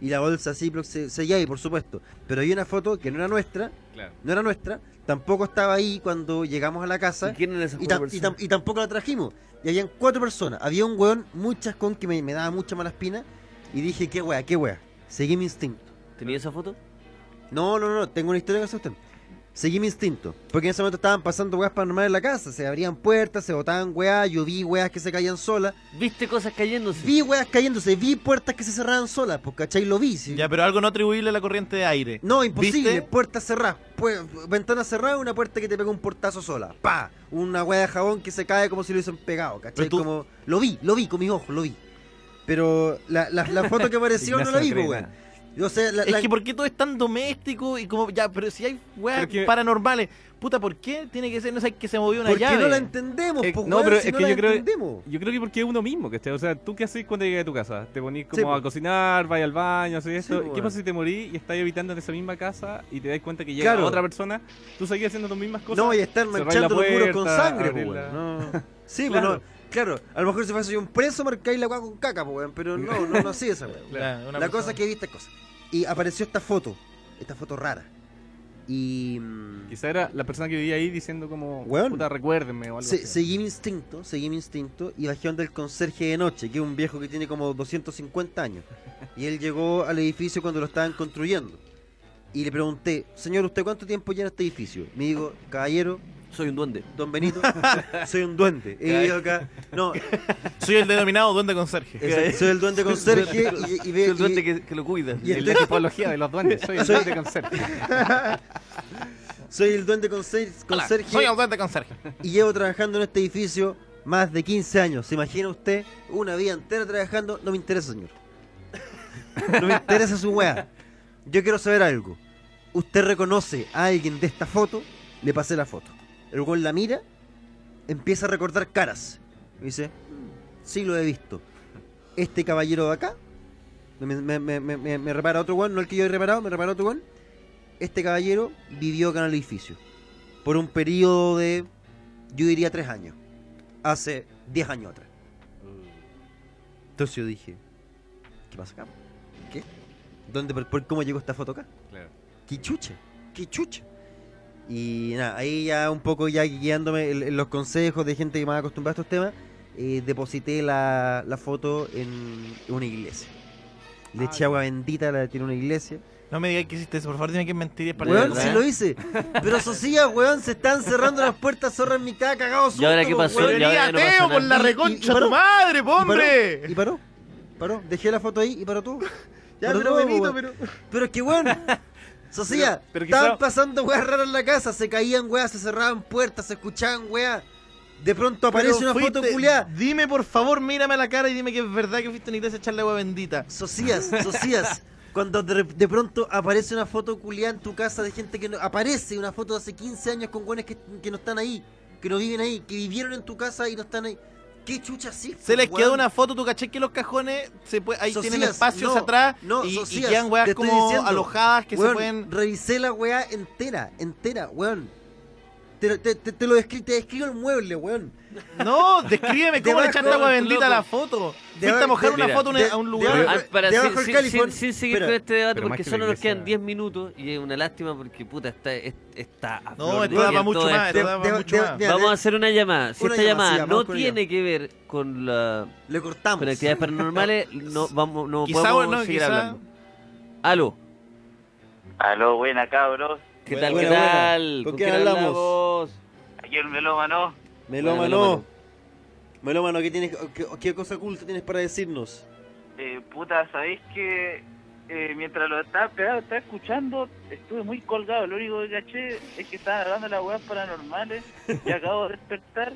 y la bolsa Ziploc se, seguía ahí, por supuesto. Pero hay una foto que no era nuestra, Claro. no era nuestra, tampoco estaba ahí cuando llegamos a la casa. ¿Y quién eran esas y, cuatro tam- y personas? tam- y tampoco la trajimos. Y habían cuatro personas. Había un weón, muchas con que me, me daba mucha mala espina. Y dije, qué wea, qué wea. Seguí mi instinto. ¿Tenía esa foto? No, no, no, tengo una historia que hacer usted. Seguí mi instinto. Porque en ese momento estaban pasando weas paranormales en la casa. Se abrían puertas, se botaban weas. Yo vi weas que se caían solas. ¿Viste cosas cayéndose? Vi weas cayéndose. Vi puertas que se cerraban solas. Porque, ¿cachai? Lo vi. sí. Ya, pero algo no atribuible a la corriente de aire. No, imposible. ¿Viste? Puerta cerrada. pu- ventana cerrada, una puerta que te pega un portazo sola. ¡Pa! Una wea de jabón que se cae como si lo hubiesen pegado. ¿Cachai? Pero tú- Como... Lo vi, lo vi con mis ojos, lo vi. Pero la, la- la foto que apareció no la vi, po, weón. Yo sé, la- es la- que ¿por qué todo es tan doméstico y como ya, pero si hay weas Pero que- paranormales, puta, ¿por qué tiene que ser, no sé, que se movió una Porque llave? no la entendemos, Eh, po, no, pues, weón, pero si es no que la yo creo, entendemos. yo creo que porque es uno mismo, ¿cachai? O sea, ¿tú qué haces cuando llegas a tu casa? Te ponís Sí, como po. a cocinar, vas al baño, haces esto. po, ¿Qué weón. pasa si te morís y estás habitando en esa misma casa y te das cuenta que llega Claro. otra persona? Tú seguís haciendo tus mismas cosas. No, y están cerrás la manchando los muros con puerta, sangre, po, abrís la- weón. No. Sí, Claro. pero claro, a lo mejor si fuese yo un preso marcáis la weá con caca, po, weón, pero no, no, no así esa weá. Claro, una la persona- cosa es que vi esta cosa. Y apareció esta foto, esta foto rara. Y mm, Quizá era la persona que vivía ahí diciendo como, Weón. puta, recuérdeme o algo se- así. seguí mi instinto, seguí mi instinto y bajé donde el conserje de noche, que es un viejo que tiene como 250 años. Y él llegó al edificio cuando lo estaban construyendo. Y le pregunté, señor, ¿usted cuánto tiempo lleva este edificio? Me dijo, caballero, Soy un duende. don Benito, soy un duende. Y yo acá, no, Soy el denominado duende conserje. Exacto, soy el duende conserje y- y ve- Soy el duende y- que, que lo cuida. y Y la estoy- tipología de los duendes, soy el Soy- duende conserje. soy el duende conser- Hola, conserje soy el duende conserje. y llevo trabajando en este edificio más de 15 años. ¿Se imagina usted una vida entera trabajando? No me interesa, señor. No me interesa su weá. Yo quiero saber algo. ¿Usted reconoce a alguien de esta foto? Le pasé la foto. El gol la mira, empieza a recordar caras. Y dice, "Mm, sí lo he visto. Este caballero de acá, me, me- me- me- me- me repara otro weón, no el que yo he reparado, me repara otro weón. Este caballero vivió acá en el edificio. Por un periodo de, yo diría, tres años. Hace 10 años atrás. Entonces yo dije, ¿qué pasa acá? ¿Qué? ¿Dónde, por, por cómo llegó esta foto acá? Claro. ¡Qué chucha! ¡Qué chucha! Y nada, ahí ya un poco ya guiándome en, en los consejos de gente que más acostumbrada a estos temas, eh, deposité la, la foto en una iglesia. Le Ah, eché ya. agua bendita, la tiene una iglesia. No me digas que hiciste eso, por favor, dime que es mentira. es para Weón, la si verdad. lo hice. Pero Sofía, weón, se están cerrando las puertas zorra en mi cara, cagado susto. ¿Y ahora qué pues, pasó? weón. Y ahora ya no Ateo, pasa por la nada. Y- y- y reconcha paró. tu madre, po, Y paró, hombre. Y paró, paró. Dejé la foto ahí y paró todo. Ya, Paró pero todo, Benito, weón. pero. Pero es que, weón. Socia, Pero- pero quizá- estaban pasando weas raras en la casa. Se caían weas, se cerraban puertas, se escuchaban weas. De pronto aparece Pero una foto fuiste- culiada. Dime, por favor, mírame a la cara y dime que es verdad que fuiste a una iglesia a echarle agua bendita. Socias, socias. Cuando de, de pronto aparece una foto culiada en tu casa de gente que no. Aparece una foto de hace 15 años con weones que, que no están ahí. Que no viven ahí. Que vivieron en tu casa y no están ahí. ¿Qué chucha sí? Se les weón? quedó una foto, tú caché que los cajones se puede, ahí Socias, tienen espacios no, atrás no, y, y socias, quedan te weas estoy como diciendo, alojadas que weón, se pueden. Revisé la weá entera, entera, weón. Te, te- te- te lo descri- te describo el mueble, weón. No, descríbeme cómo le Debajo- echaste agua bendita a la loco. foto. Fuiste Debajo- a mojar de- una mira, foto a una- de- a un de- lugar. Ah, para, debajo sin, del sin- Califón. sin- sin seguir Espera, con este debate, pero más porque que la solo nos iglesia- quedan 10 minutos y es una lástima porque, puta, está, es- está a No, flor de esto da piel para mucho todo más, esto. esto da de- para mucho de- más. de- Vamos a hacer una llamada. Si Una esta llamada, llamada, sí, vamos no con una tiene que ver con, la, Le cortamos. con actividades paranormales, no, vamos, no Quizá, podemos bueno, seguir quizá- hablando. Aló, Aló, buena cabros. ¿qué Buena, tal? buena, ¿Qué buena. tal? ¿Con quién hablamos? Aquí el melómano. Melómano. Bueno, melómano. Melómano, ¿qué, tienes, qué, qué cosa oculta tienes para decirnos? Eh, puta, ¿sabéis que eh, mientras lo estaba pegado, estaba escuchando, estuve muy colgado? Lo único que caché es que estaban hablando de las weas paranormales y acabo de despertar.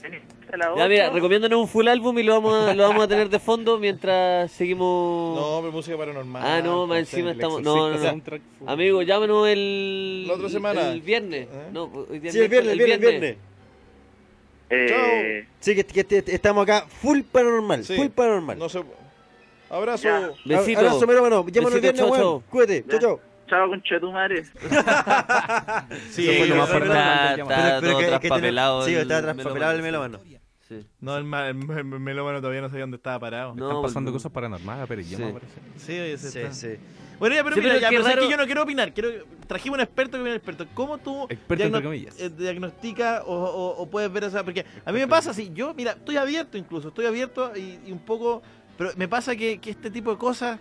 Tenía a las Ya, mira, ocho. recomiéndanos un full álbum y lo vamos a, lo vamos a tener de fondo mientras seguimos... No, pero música paranormal. ah, pues, no, más encima estamos... No, no, no. Amigo, llámenos el... La otra semana. El viernes. ¿Eh? No, pues, hoy día Sí, el viernes, el viernes, el viernes. Eh, Sí, que, que- que- estamos acá full paranormal, Sí. full paranormal. No sé. Abrazo. Besito. Abrazo, melómano. Llámanos Besito, el viernes, chao, weón. chao. Cuídate, chao, chao. chao, conchetumare. Sí, Eso fue lo más pero- importante. Está- está Pero- pero todo que- que tiene- traspapelado Sí, el está melómano. traspapelado el melómano. No, el, ma- el ma- el melómano todavía no sabía dónde estaba parado. No, Están pasando boludo. cosas paranormales, pero ya me parece. Sí, oye, se Sí, está. sí. Bueno, ya, pero Sí, mira, pero ya, qué pero sabes raro- que yo no quiero opinar. Quiero... Trajimos un experto que viene experto. ¿Cómo tú Experto entre diagno- comillas. eh, diagnostica o, o- o puedes ver esa? Porque a mí me pasa así. Yo, mira, estoy abierto incluso. Estoy abierto y, y un poco... Pero me pasa que, que este tipo de cosas...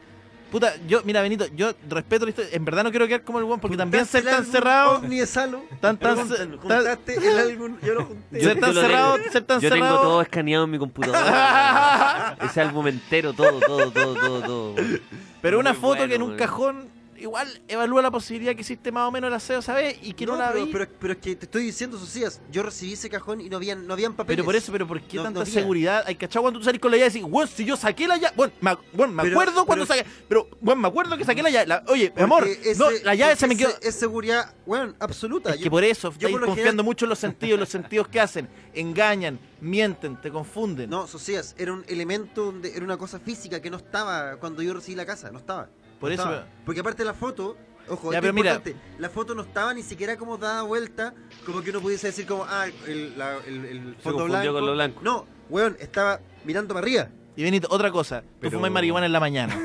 Puta, yo, mira, Benito, yo respeto la historia. En verdad no quiero quedar como el guan, porque también ser tan cerrado... Ni es salo. Tan, tan, Pregúntalo, tan- ¿Juntaste el álbum? Yo lo junté. Ser tan yo lo cerrado, tengo- ser tan yo tengo cerrado. todo escaneado en mi computadora. Ese álbum entero, todo, todo, todo, todo, todo. weón. Pero una Muy foto bueno, que en un weón. cajón igual evalúa la posibilidad que hiciste más o menos el aseo, ¿sabes? Y que no, No, la pero, vi. pero, pero es que te estoy diciendo, Socias, yo recibí ese cajón y no habían, no habían papeles. Pero por eso, pero ¿por qué No- tanta no había. seguridad? Hay cachado cuando tú salís con la llave y decís, bueno, si yo saqué la llave. Bueno, me, bueno, me Pero- acuerdo cuando pero- saqué. Pero, bueno, me acuerdo que saqué la llave. La- oye, mi Porque amor, no, ese- la llave porque se me quedó. ese- Es seguridad, bueno, absoluta. Es que por eso yo estáis por lo confiando general- mucho en los sentidos, los sentidos que hacen. Engañan, mienten, te confunden. No, Socias, era un elemento, donde, era una cosa física que no estaba cuando yo recibí la casa, no estaba. Por No eso- estaba. Porque aparte la foto, ojo, Ya, esto pero es mira. importante, la foto no estaba ni siquiera como dada vuelta, como que uno pudiese decir como, ah, el, la- el- el foto confundió blanco. con lo blanco. No, weón, estaba mirando para arriba. Y Benito, otra cosa, tú fumas marihuana en la mañana.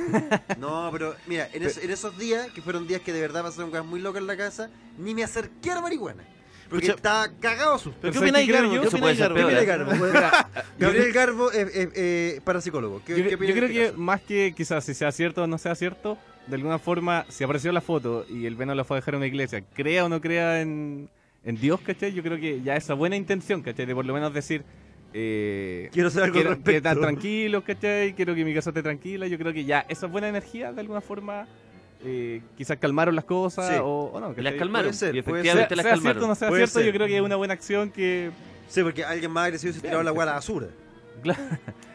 No, pero mira, en, es- en esos días, que fueron días que de verdad pasaron cosas muy locas en la casa, ni me acerqué a la marihuana. Porque Pucha. estaba cagado sus ¿Pero qué opináis, Garbo? ¿Qué ¿Qué opináis, Garbo? opináis, ¿eh? Garbo? Pues, Gabriel Garbo es eh, eh, parapsicólogo. ¿Qué, yo, qué cre- opinas yo creo que de más que quizás si sea cierto o no sea cierto, de alguna forma, si apareció la foto y el Veno la fue a dejar a una iglesia, crea o no crea en, en Dios, ¿cachai? Yo creo que ya esa buena intención, ¿cachai? De por lo menos decir... eh, Quiero saber algo al quiero- que respecto. están tranquilos, ¿cachai? Quiero que mi casa esté tranquila. Yo creo que ya esa buena energía, de alguna forma, eh, quizás calmaron las cosas Sí. o, o no. ¿cachai? Las calmaron, Puede ser, y puede efectivamente Sea- las sea calmaron. cierto o no sea Puede cierto, ser. yo creo que es una buena acción que... Sí, porque alguien más agresivo se tiraba la guala basura. Claro.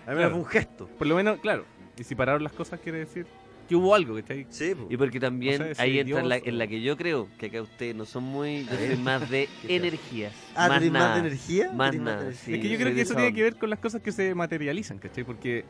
A mí fue un gesto. Por lo menos, claro. Y si pararon las cosas, quiere decir que hubo algo, ¿cachai? Sí, Y porque también No sé si ahí entra en la, Dios en la que yo creo, que acá ustedes no son muy. Yo A ver. soy más de ¿Qué te- energías. Ah, más ¿tenés más nada, de energía? Más ¿Tenés más de nada. energía? sí, es que yo soy creo de que eso esa tiene onda. que ver con las cosas que se materializan, ¿cachai? Porque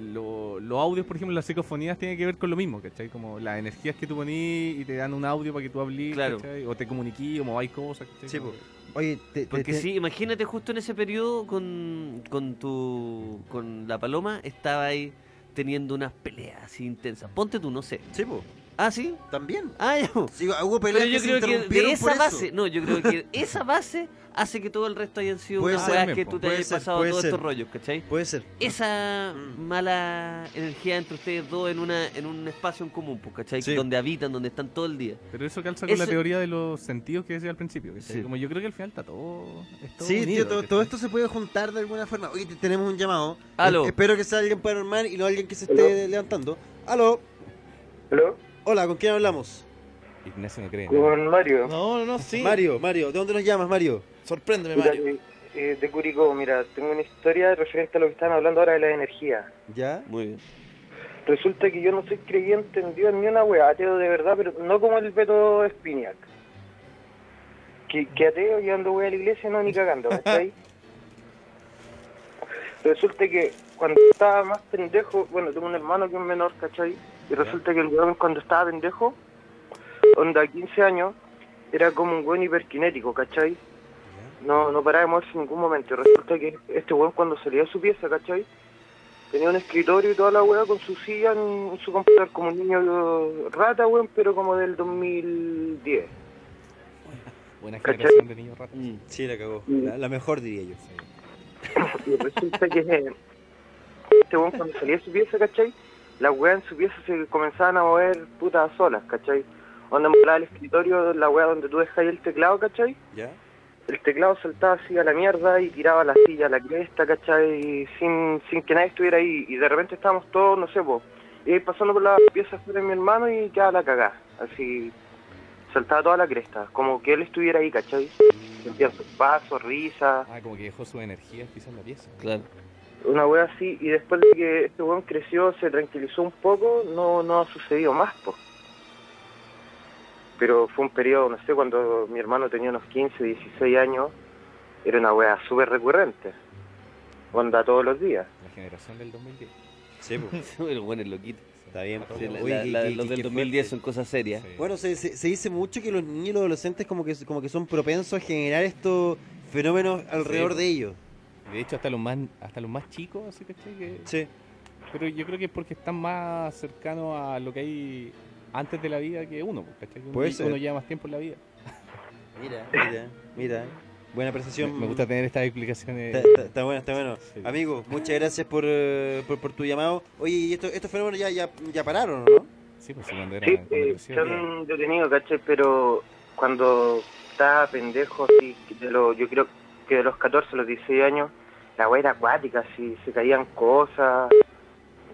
lo- los audios, por ejemplo, las psicofonías tienen que ver con lo mismo, ¿cachai? Como las energías que tú ponís y te dan un audio para que tú hables, Claro. ¿cachai? O te comuniquís, o mováis cosas, ¿cachai? Sí, Como- po. Oye, te, te- Porque te- sí, imagínate justo en ese periodo con, con tu con la paloma estaba ahí teniendo unas peleas así intensas. Ponte tú, no sé. Sí, po. Ah, sí. También. Ah, ya. po. Sí, hubo peleas Pero yo que se creo que interrumpieron de esa por eso. base, no, yo creo que esa base hace que todo el resto hayan sido Puede unas ser, weas men, que po. tú te Puede hayas ser, pasado puede todos ser. estos rollos, ¿cachai? Puede ser. Esa mala energía entre ustedes dos en una en un espacio en común, pues, ¿cachai? Sí. Donde habitan, donde están todo el día. Pero eso calza con la Eso- teoría de los sentidos que decía al principio, ¿cachai? Sí. Como yo creo que al final está todo... es todo Sí, unido, tío, todo, ¿cachai? todo esto se puede juntar de alguna forma. Oye, te- tenemos un llamado. Aló. Es- espero que sea alguien paranormal y no alguien que se esté levantando. Aló. Aló. Hola, ¿con quién hablamos? Ignacio no cree. Con Mario. No, no, sí. Mario, Mario, ¿de dónde nos llamas, Mario? Sorpréndeme, Mira, eh, de Curicó, mira, tengo una historia referente a lo que estaban hablando ahora de la energía. ¿Ya? Muy bien. Resulta que yo no soy creyente en Dios ni una wea, ateo de verdad, pero no como el Beto Spiniak. Que, que ateo llevando wea a la iglesia, no, ni cagando, ¿cachai? Resulta que cuando estaba más pendejo, bueno, tengo un hermano que es menor, ¿cachai? Y resulta que el weón cuando estaba pendejo, onda 15 años, era como un weón hiperkinético, ¿cachai? No, no paraba de moverse en ningún momento. Y resulta que este weón cuando salía de su pieza, ¿cachai? Tenía un escritorio y toda la weá con su silla en, en su computador, como un niño eh, rata, weón, pero como del 2010. Buena ¿Cachai? Mm. generación de niños ratos. Mm, Sí, la cagó. La, la mejor, diría yo. Y resulta que eh, este weón cuando salía de su pieza, ¿cachai? Las weas en su pieza se comenzaban a mover putas solas, ¿cachai? Donde molaba el escritorio, la wea donde tú dejáis el teclado, ¿cachai? ¿Ya? el teclado saltaba así a la mierda y tiraba la silla a la cresta, ¿cachai? Sin, sin que nadie estuviera ahí. Y de repente estábamos todos, no sé, po, y ahí pasando por la pieza fuera de mi hermano y quedaba la cagá. Así, saltaba toda la cresta, como que él estuviera ahí, ¿cachai? Sentían sus pasos, risas, Ah, como que dejó sus energías quizás en la pieza. Claro. una wea así. Y después de que este weón creció, se tranquilizó un poco, no, no ha sucedido más, po. Pero fue un periodo, no sé, cuando mi hermano tenía unos 15, 16 años, era una wea súper recurrente. Onda todos los días. La generación del 2010. Sí, pues. El bueno es loquito. Está bien. pues, Sí, la- la- la- los del 2010 son cosas serias. Bueno, se, se- se dice mucho que los niños y los adolescentes como que, como que son propensos a generar estos fenómenos alrededor Sí. de ellos. De hecho, hasta los más, hasta los más chicos, así ¿cachai? que Sí. Pero yo creo que es porque están más cercanos a lo que hay antes de la vida que uno, pues, ¿cachai? Uno, Puede lle- ser. uno lleva más tiempo en la vida. Mira, mira, mira. Me, Buena apreciación. me gusta tener estas explicaciones. Está, está- está bueno, está bueno. Amigo, muchas gracias por, eh, por, por tu llamado. Oye, ¿y esto- estos fenómenos ya, ya, ya pararon, ¿no? Sí, pues cuando era... Sí, eh, son detenidos, ¿cachai? Pero cuando estaba pendejo, así, de los- yo creo que de los 14 a los 16 años, la weá era acuática, si se caían cosas.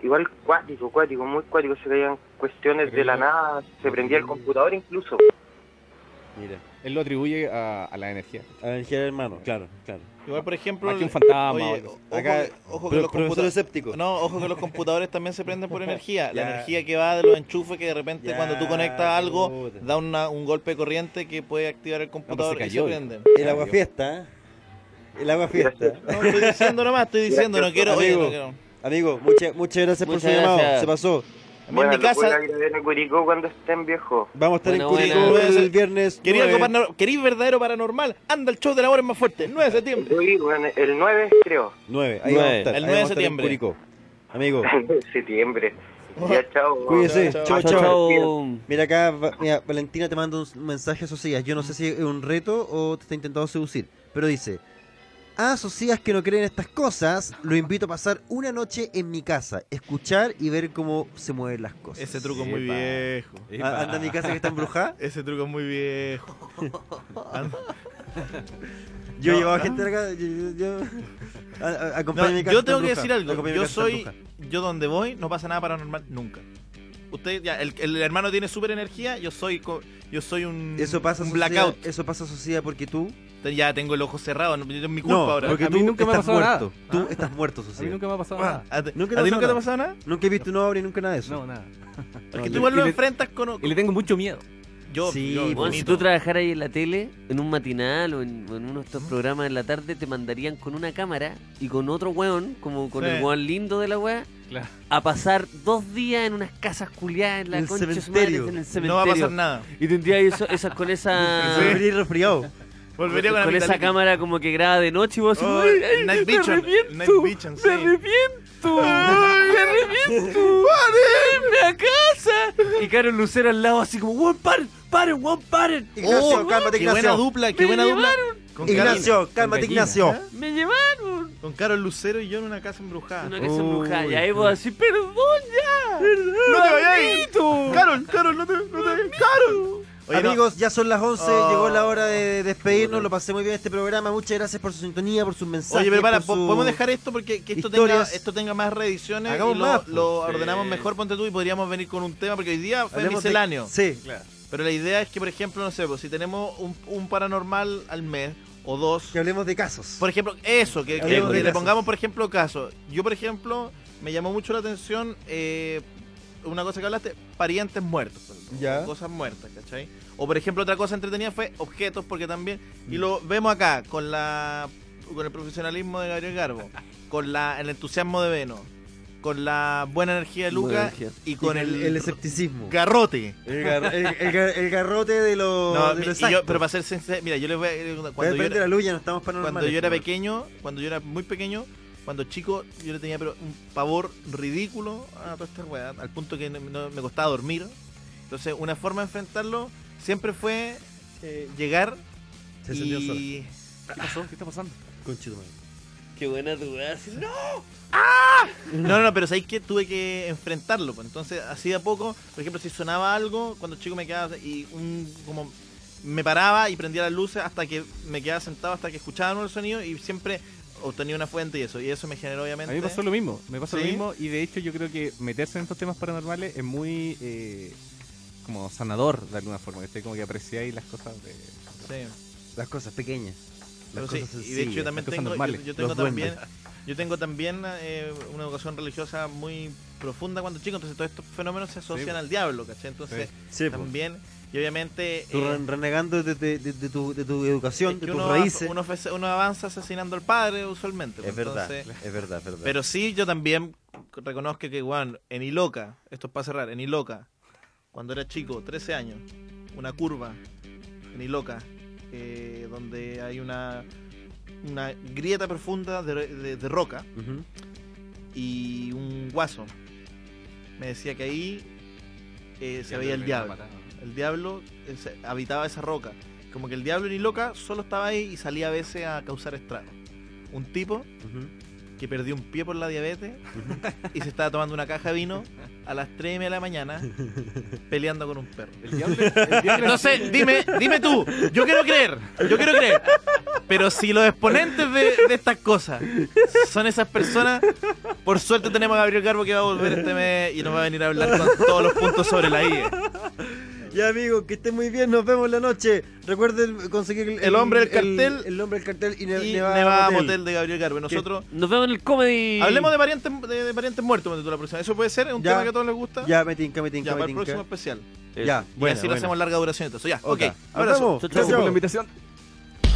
Igual cuático, cuático, muy cuático, se caían cuestiones de la nada, se prendía el computador incluso. Mira. Él lo atribuye a, a la energía. A la energía del hermano, claro, claro. Igual, por ejemplo. Más que un fantasma oye, o algo así. ojo, Acá- que- ojo que Pro- los profesor computa- escéptico. No, ojo que los computadores también se prenden por energía. La Ya. energía que va de los enchufes que de repente Ya, cuando tú conectas algo puta. da una- un golpe de corriente que puede activar el computador pues cayó. y pues, se prenden. El agua fiesta, ¿eh? El agua fiesta. No, estoy diciendo nomás, estoy diciendo, no quiero. Oye, Amigo, no quiero. amigo muchas, muchas gracias por Muchas su llamado. gracias. Se pasó. Bueno, lo pueden agregar a Curicó cuando estén viejos. Vamos a estar Buena, en buena. Curicó Puede ser. el viernes. Quería algo 9. parano- querí verdadero paranormal. Anda, el show de la hora es más fuerte. 9 de septiembre. el 9 creo. 9, ahí Nueve. vamos a estar. El 9 de ahí vamos a estar en septiembre. Curicó. Amigo, septiembre. Ya, chao. cuídese. Chao, Chao, chao. chao. Mira acá, va- mira, Valentina te manda un mensaje a Socias. Yo no sé si es un reto o te está intentando seducir, pero dice: A Socias que no creen estas cosas, lo invito a pasar una noche en mi casa, escuchar y ver cómo se mueven las cosas. Ese truco es muy viejo. Ah, Anda a mi casa que está embrujada. Ese truco es muy viejo. Anda- Yo No, llevaba ah. gente acá. Yo, yo- yo- a- a- acompaña No, mi casa, yo está tengo que embrujada. decir algo. Acompaña mi Yo casa, está soy. embrujada. Yo donde voy no pasa nada paranormal nunca. Usted ya, el, el hermano tiene super energía, yo soy co- yo soy un, Eso pasa un Socias, blackout. Eso pasa Socias porque tú. Ya tengo el ojo cerrado, no, es mi culpa ahora. Porque tú estás muerto. Tú estás muerto, Socias. A mí nunca me ha pasado Ah, nada. ¿A ti nunca te ha pasado nada? Nunca he visto una obra y nunca nada de eso. No, nada. Es que No, tú yo- igual lo y le- enfrentas con. Y le tengo mucho miedo. Yo, Sí, pues, yo- Bueno, si bonito. tú trabajaras ahí en la tele, en un matinal o en, o en uno de ¿Mm? estos programas de la tarde, te mandarían con una cámara y con otro weón, como con Sí. el weón lindo de la weá, Claro. a pasar dos días en unas casas culiadas en la En el concha de su cementerio. madre, en el No va cementerio. a pasar nada. Y tendría eso, esas con esa. Sí. Volvería resfriado. Volvería con la esa vitalitis. cámara como que graba de noche y vos Oh, así, "Ay, ay, Night me Vision. arrepiento, Night Vision, sí. me arrepiento, me arrepiento, ¡Irme a casa. Y Carol Lucero al lado así como, weón, paren, paren, weón, paren. Ignacio, Oh, cálmate, qué Ignacio. buena dupla, qué Me buena dupla. llevaron. Con Ignacio, Carol- cálmate, con gallina. Ignacio. ¿Ah? Me llevaron. Con Carol Lucero y yo en una casa embrujada. Una casa embrujada. Y ahí vos así, perdón ya. ¡No te vayas! maldito. ¡Carol, Carol, no te, no te ¡Carol! Oye, no. Amigos, ya son las 11, Oh. llegó la hora de despedirnos, lo pasé muy bien este programa, muchas gracias por su sintonía, por sus mensajes. Oye, pero para, por su- podemos dejar esto porque que esto, tenga, historias. esto tenga más reediciones Hagamos y más, lo, lo pues. ordenamos Sí. mejor, ponte tú, y podríamos venir con un tema, porque hoy día fue Hablemos de- misceláneo. Sí. Pero la idea es que, por ejemplo, no sé, pues, si tenemos un, un paranormal al mes o dos... Que hablemos de casos. Por ejemplo, eso, que, que- Hablemos que de le casos. pongamos, por ejemplo, casos. Yo, por ejemplo, me llamó mucho la atención eh, una cosa que hablaste, parientes muertos. por ejemplo, Ya. Cosas muertas, ¿cachai? O, por ejemplo, otra cosa entretenida fue objetos, porque también... Y lo vemos acá, con la con el profesionalismo de Gabriel Garbo, con la, el entusiasmo de Veno, con la buena energía de Buena Luca energía. y con el, el escepticismo. garrote. El, gar- el- el gar- el garrote de los... No, mi- de lo y yo- exacto. pero para ser sincero, mira, yo les voy a... Voy a Cuando yo, prender era, la luz, ya no estamos pues. paranormales, cuando yo era por favor. pequeño, cuando yo era muy pequeño, cuando chico, yo le tenía pero, un pavor ridículo a toda esta weá, al punto que no- no- me costaba dormir. Entonces, una forma de enfrentarlo siempre fue eh, llegar Se encendió y... ¿Qué pasó? ¿Qué está pasando? Conchetumare. Qué buena tu weá, así, ¡No! No, no, no, pero sabéis que tuve que enfrentarlo. pues. Entonces, así de a poco, por ejemplo, si sonaba algo, cuando chico me quedaba y un, como me paraba y prendía las luces hasta que me quedaba sentado, hasta que escuchaba de nuevo el sonido y siempre obtenía una fuente y eso. Y eso me generó, obviamente. A mí me pasó lo mismo, me pasó ¿Sí? lo mismo y de hecho yo creo que meterse en estos temas paranormales es muy eh, como sanador de alguna forma, que como que apreciáis las cosas de... Sí. Las cosas pequeñas. Las Pero sí, cosas y de hecho yo sencillas, también las cosas tengo, yo, normales, yo tengo los duendes. también, yo tengo también eh, una educación religiosa muy profunda cuando chico, entonces todos estos fenómenos se asocian Sí, po. al diablo, ¿cachai? Entonces, Sí, pues. po. también, y obviamente... Tú eh, re- renegando de, de- de- de tu, de tu educación, es de que tus uno, raíces. uno fece- uno avanza asesinando al padre usualmente. Es pues, verdad, entonces- es verdad, es verdad. Pero sí, yo también reconozco que, weón, en Iloca, esto es para cerrar, en Iloca, cuando era chico, 13 años, una curva en Iloca, eh, donde hay una una grieta profunda de, de- de roca y un guaso me decía que ahí eh, se Diablo veía el le diablo. mataba. El diablo eh, se- habitaba esa roca. Como que el diablo ni loca solo estaba ahí y salía a veces a causar estragos. Un tipo que perdió un pie por la diabetes y se estaba tomando una caja de vino a las 3 y media de la mañana peleando con un perro. no sé, dime, dime tú. Yo quiero creer, yo quiero creer. Pero si los exponentes de, de estas cosas son esas personas, por suerte tenemos a Gabriel Garbo que va a volver este mes y nos va a venir a hablar con todos los puntos sobre la E. IE. Ya amigos, que estén muy bien, nos vemos la noche. Recuerden conseguir El hombre del cartel. El, hombre del cartel y, Y Neva, Nevada Motel. Motel de Gabriel Garbo. Nosotros Nos vemos en el comedy. hablemos de parientes de, de parientes muertos Matute, la próxima. Eso puede ser es un Ya. tema que a todos les gusta. Ya, me tinca, me tinca, Ya, me para el tinca. próximo especial. Ya, Y bueno, así lo bueno. hacemos larga duración. Entonces, ya, ok. Ok. Nos Abrazo. vemos. Chau, chau. Gracias por la invitación.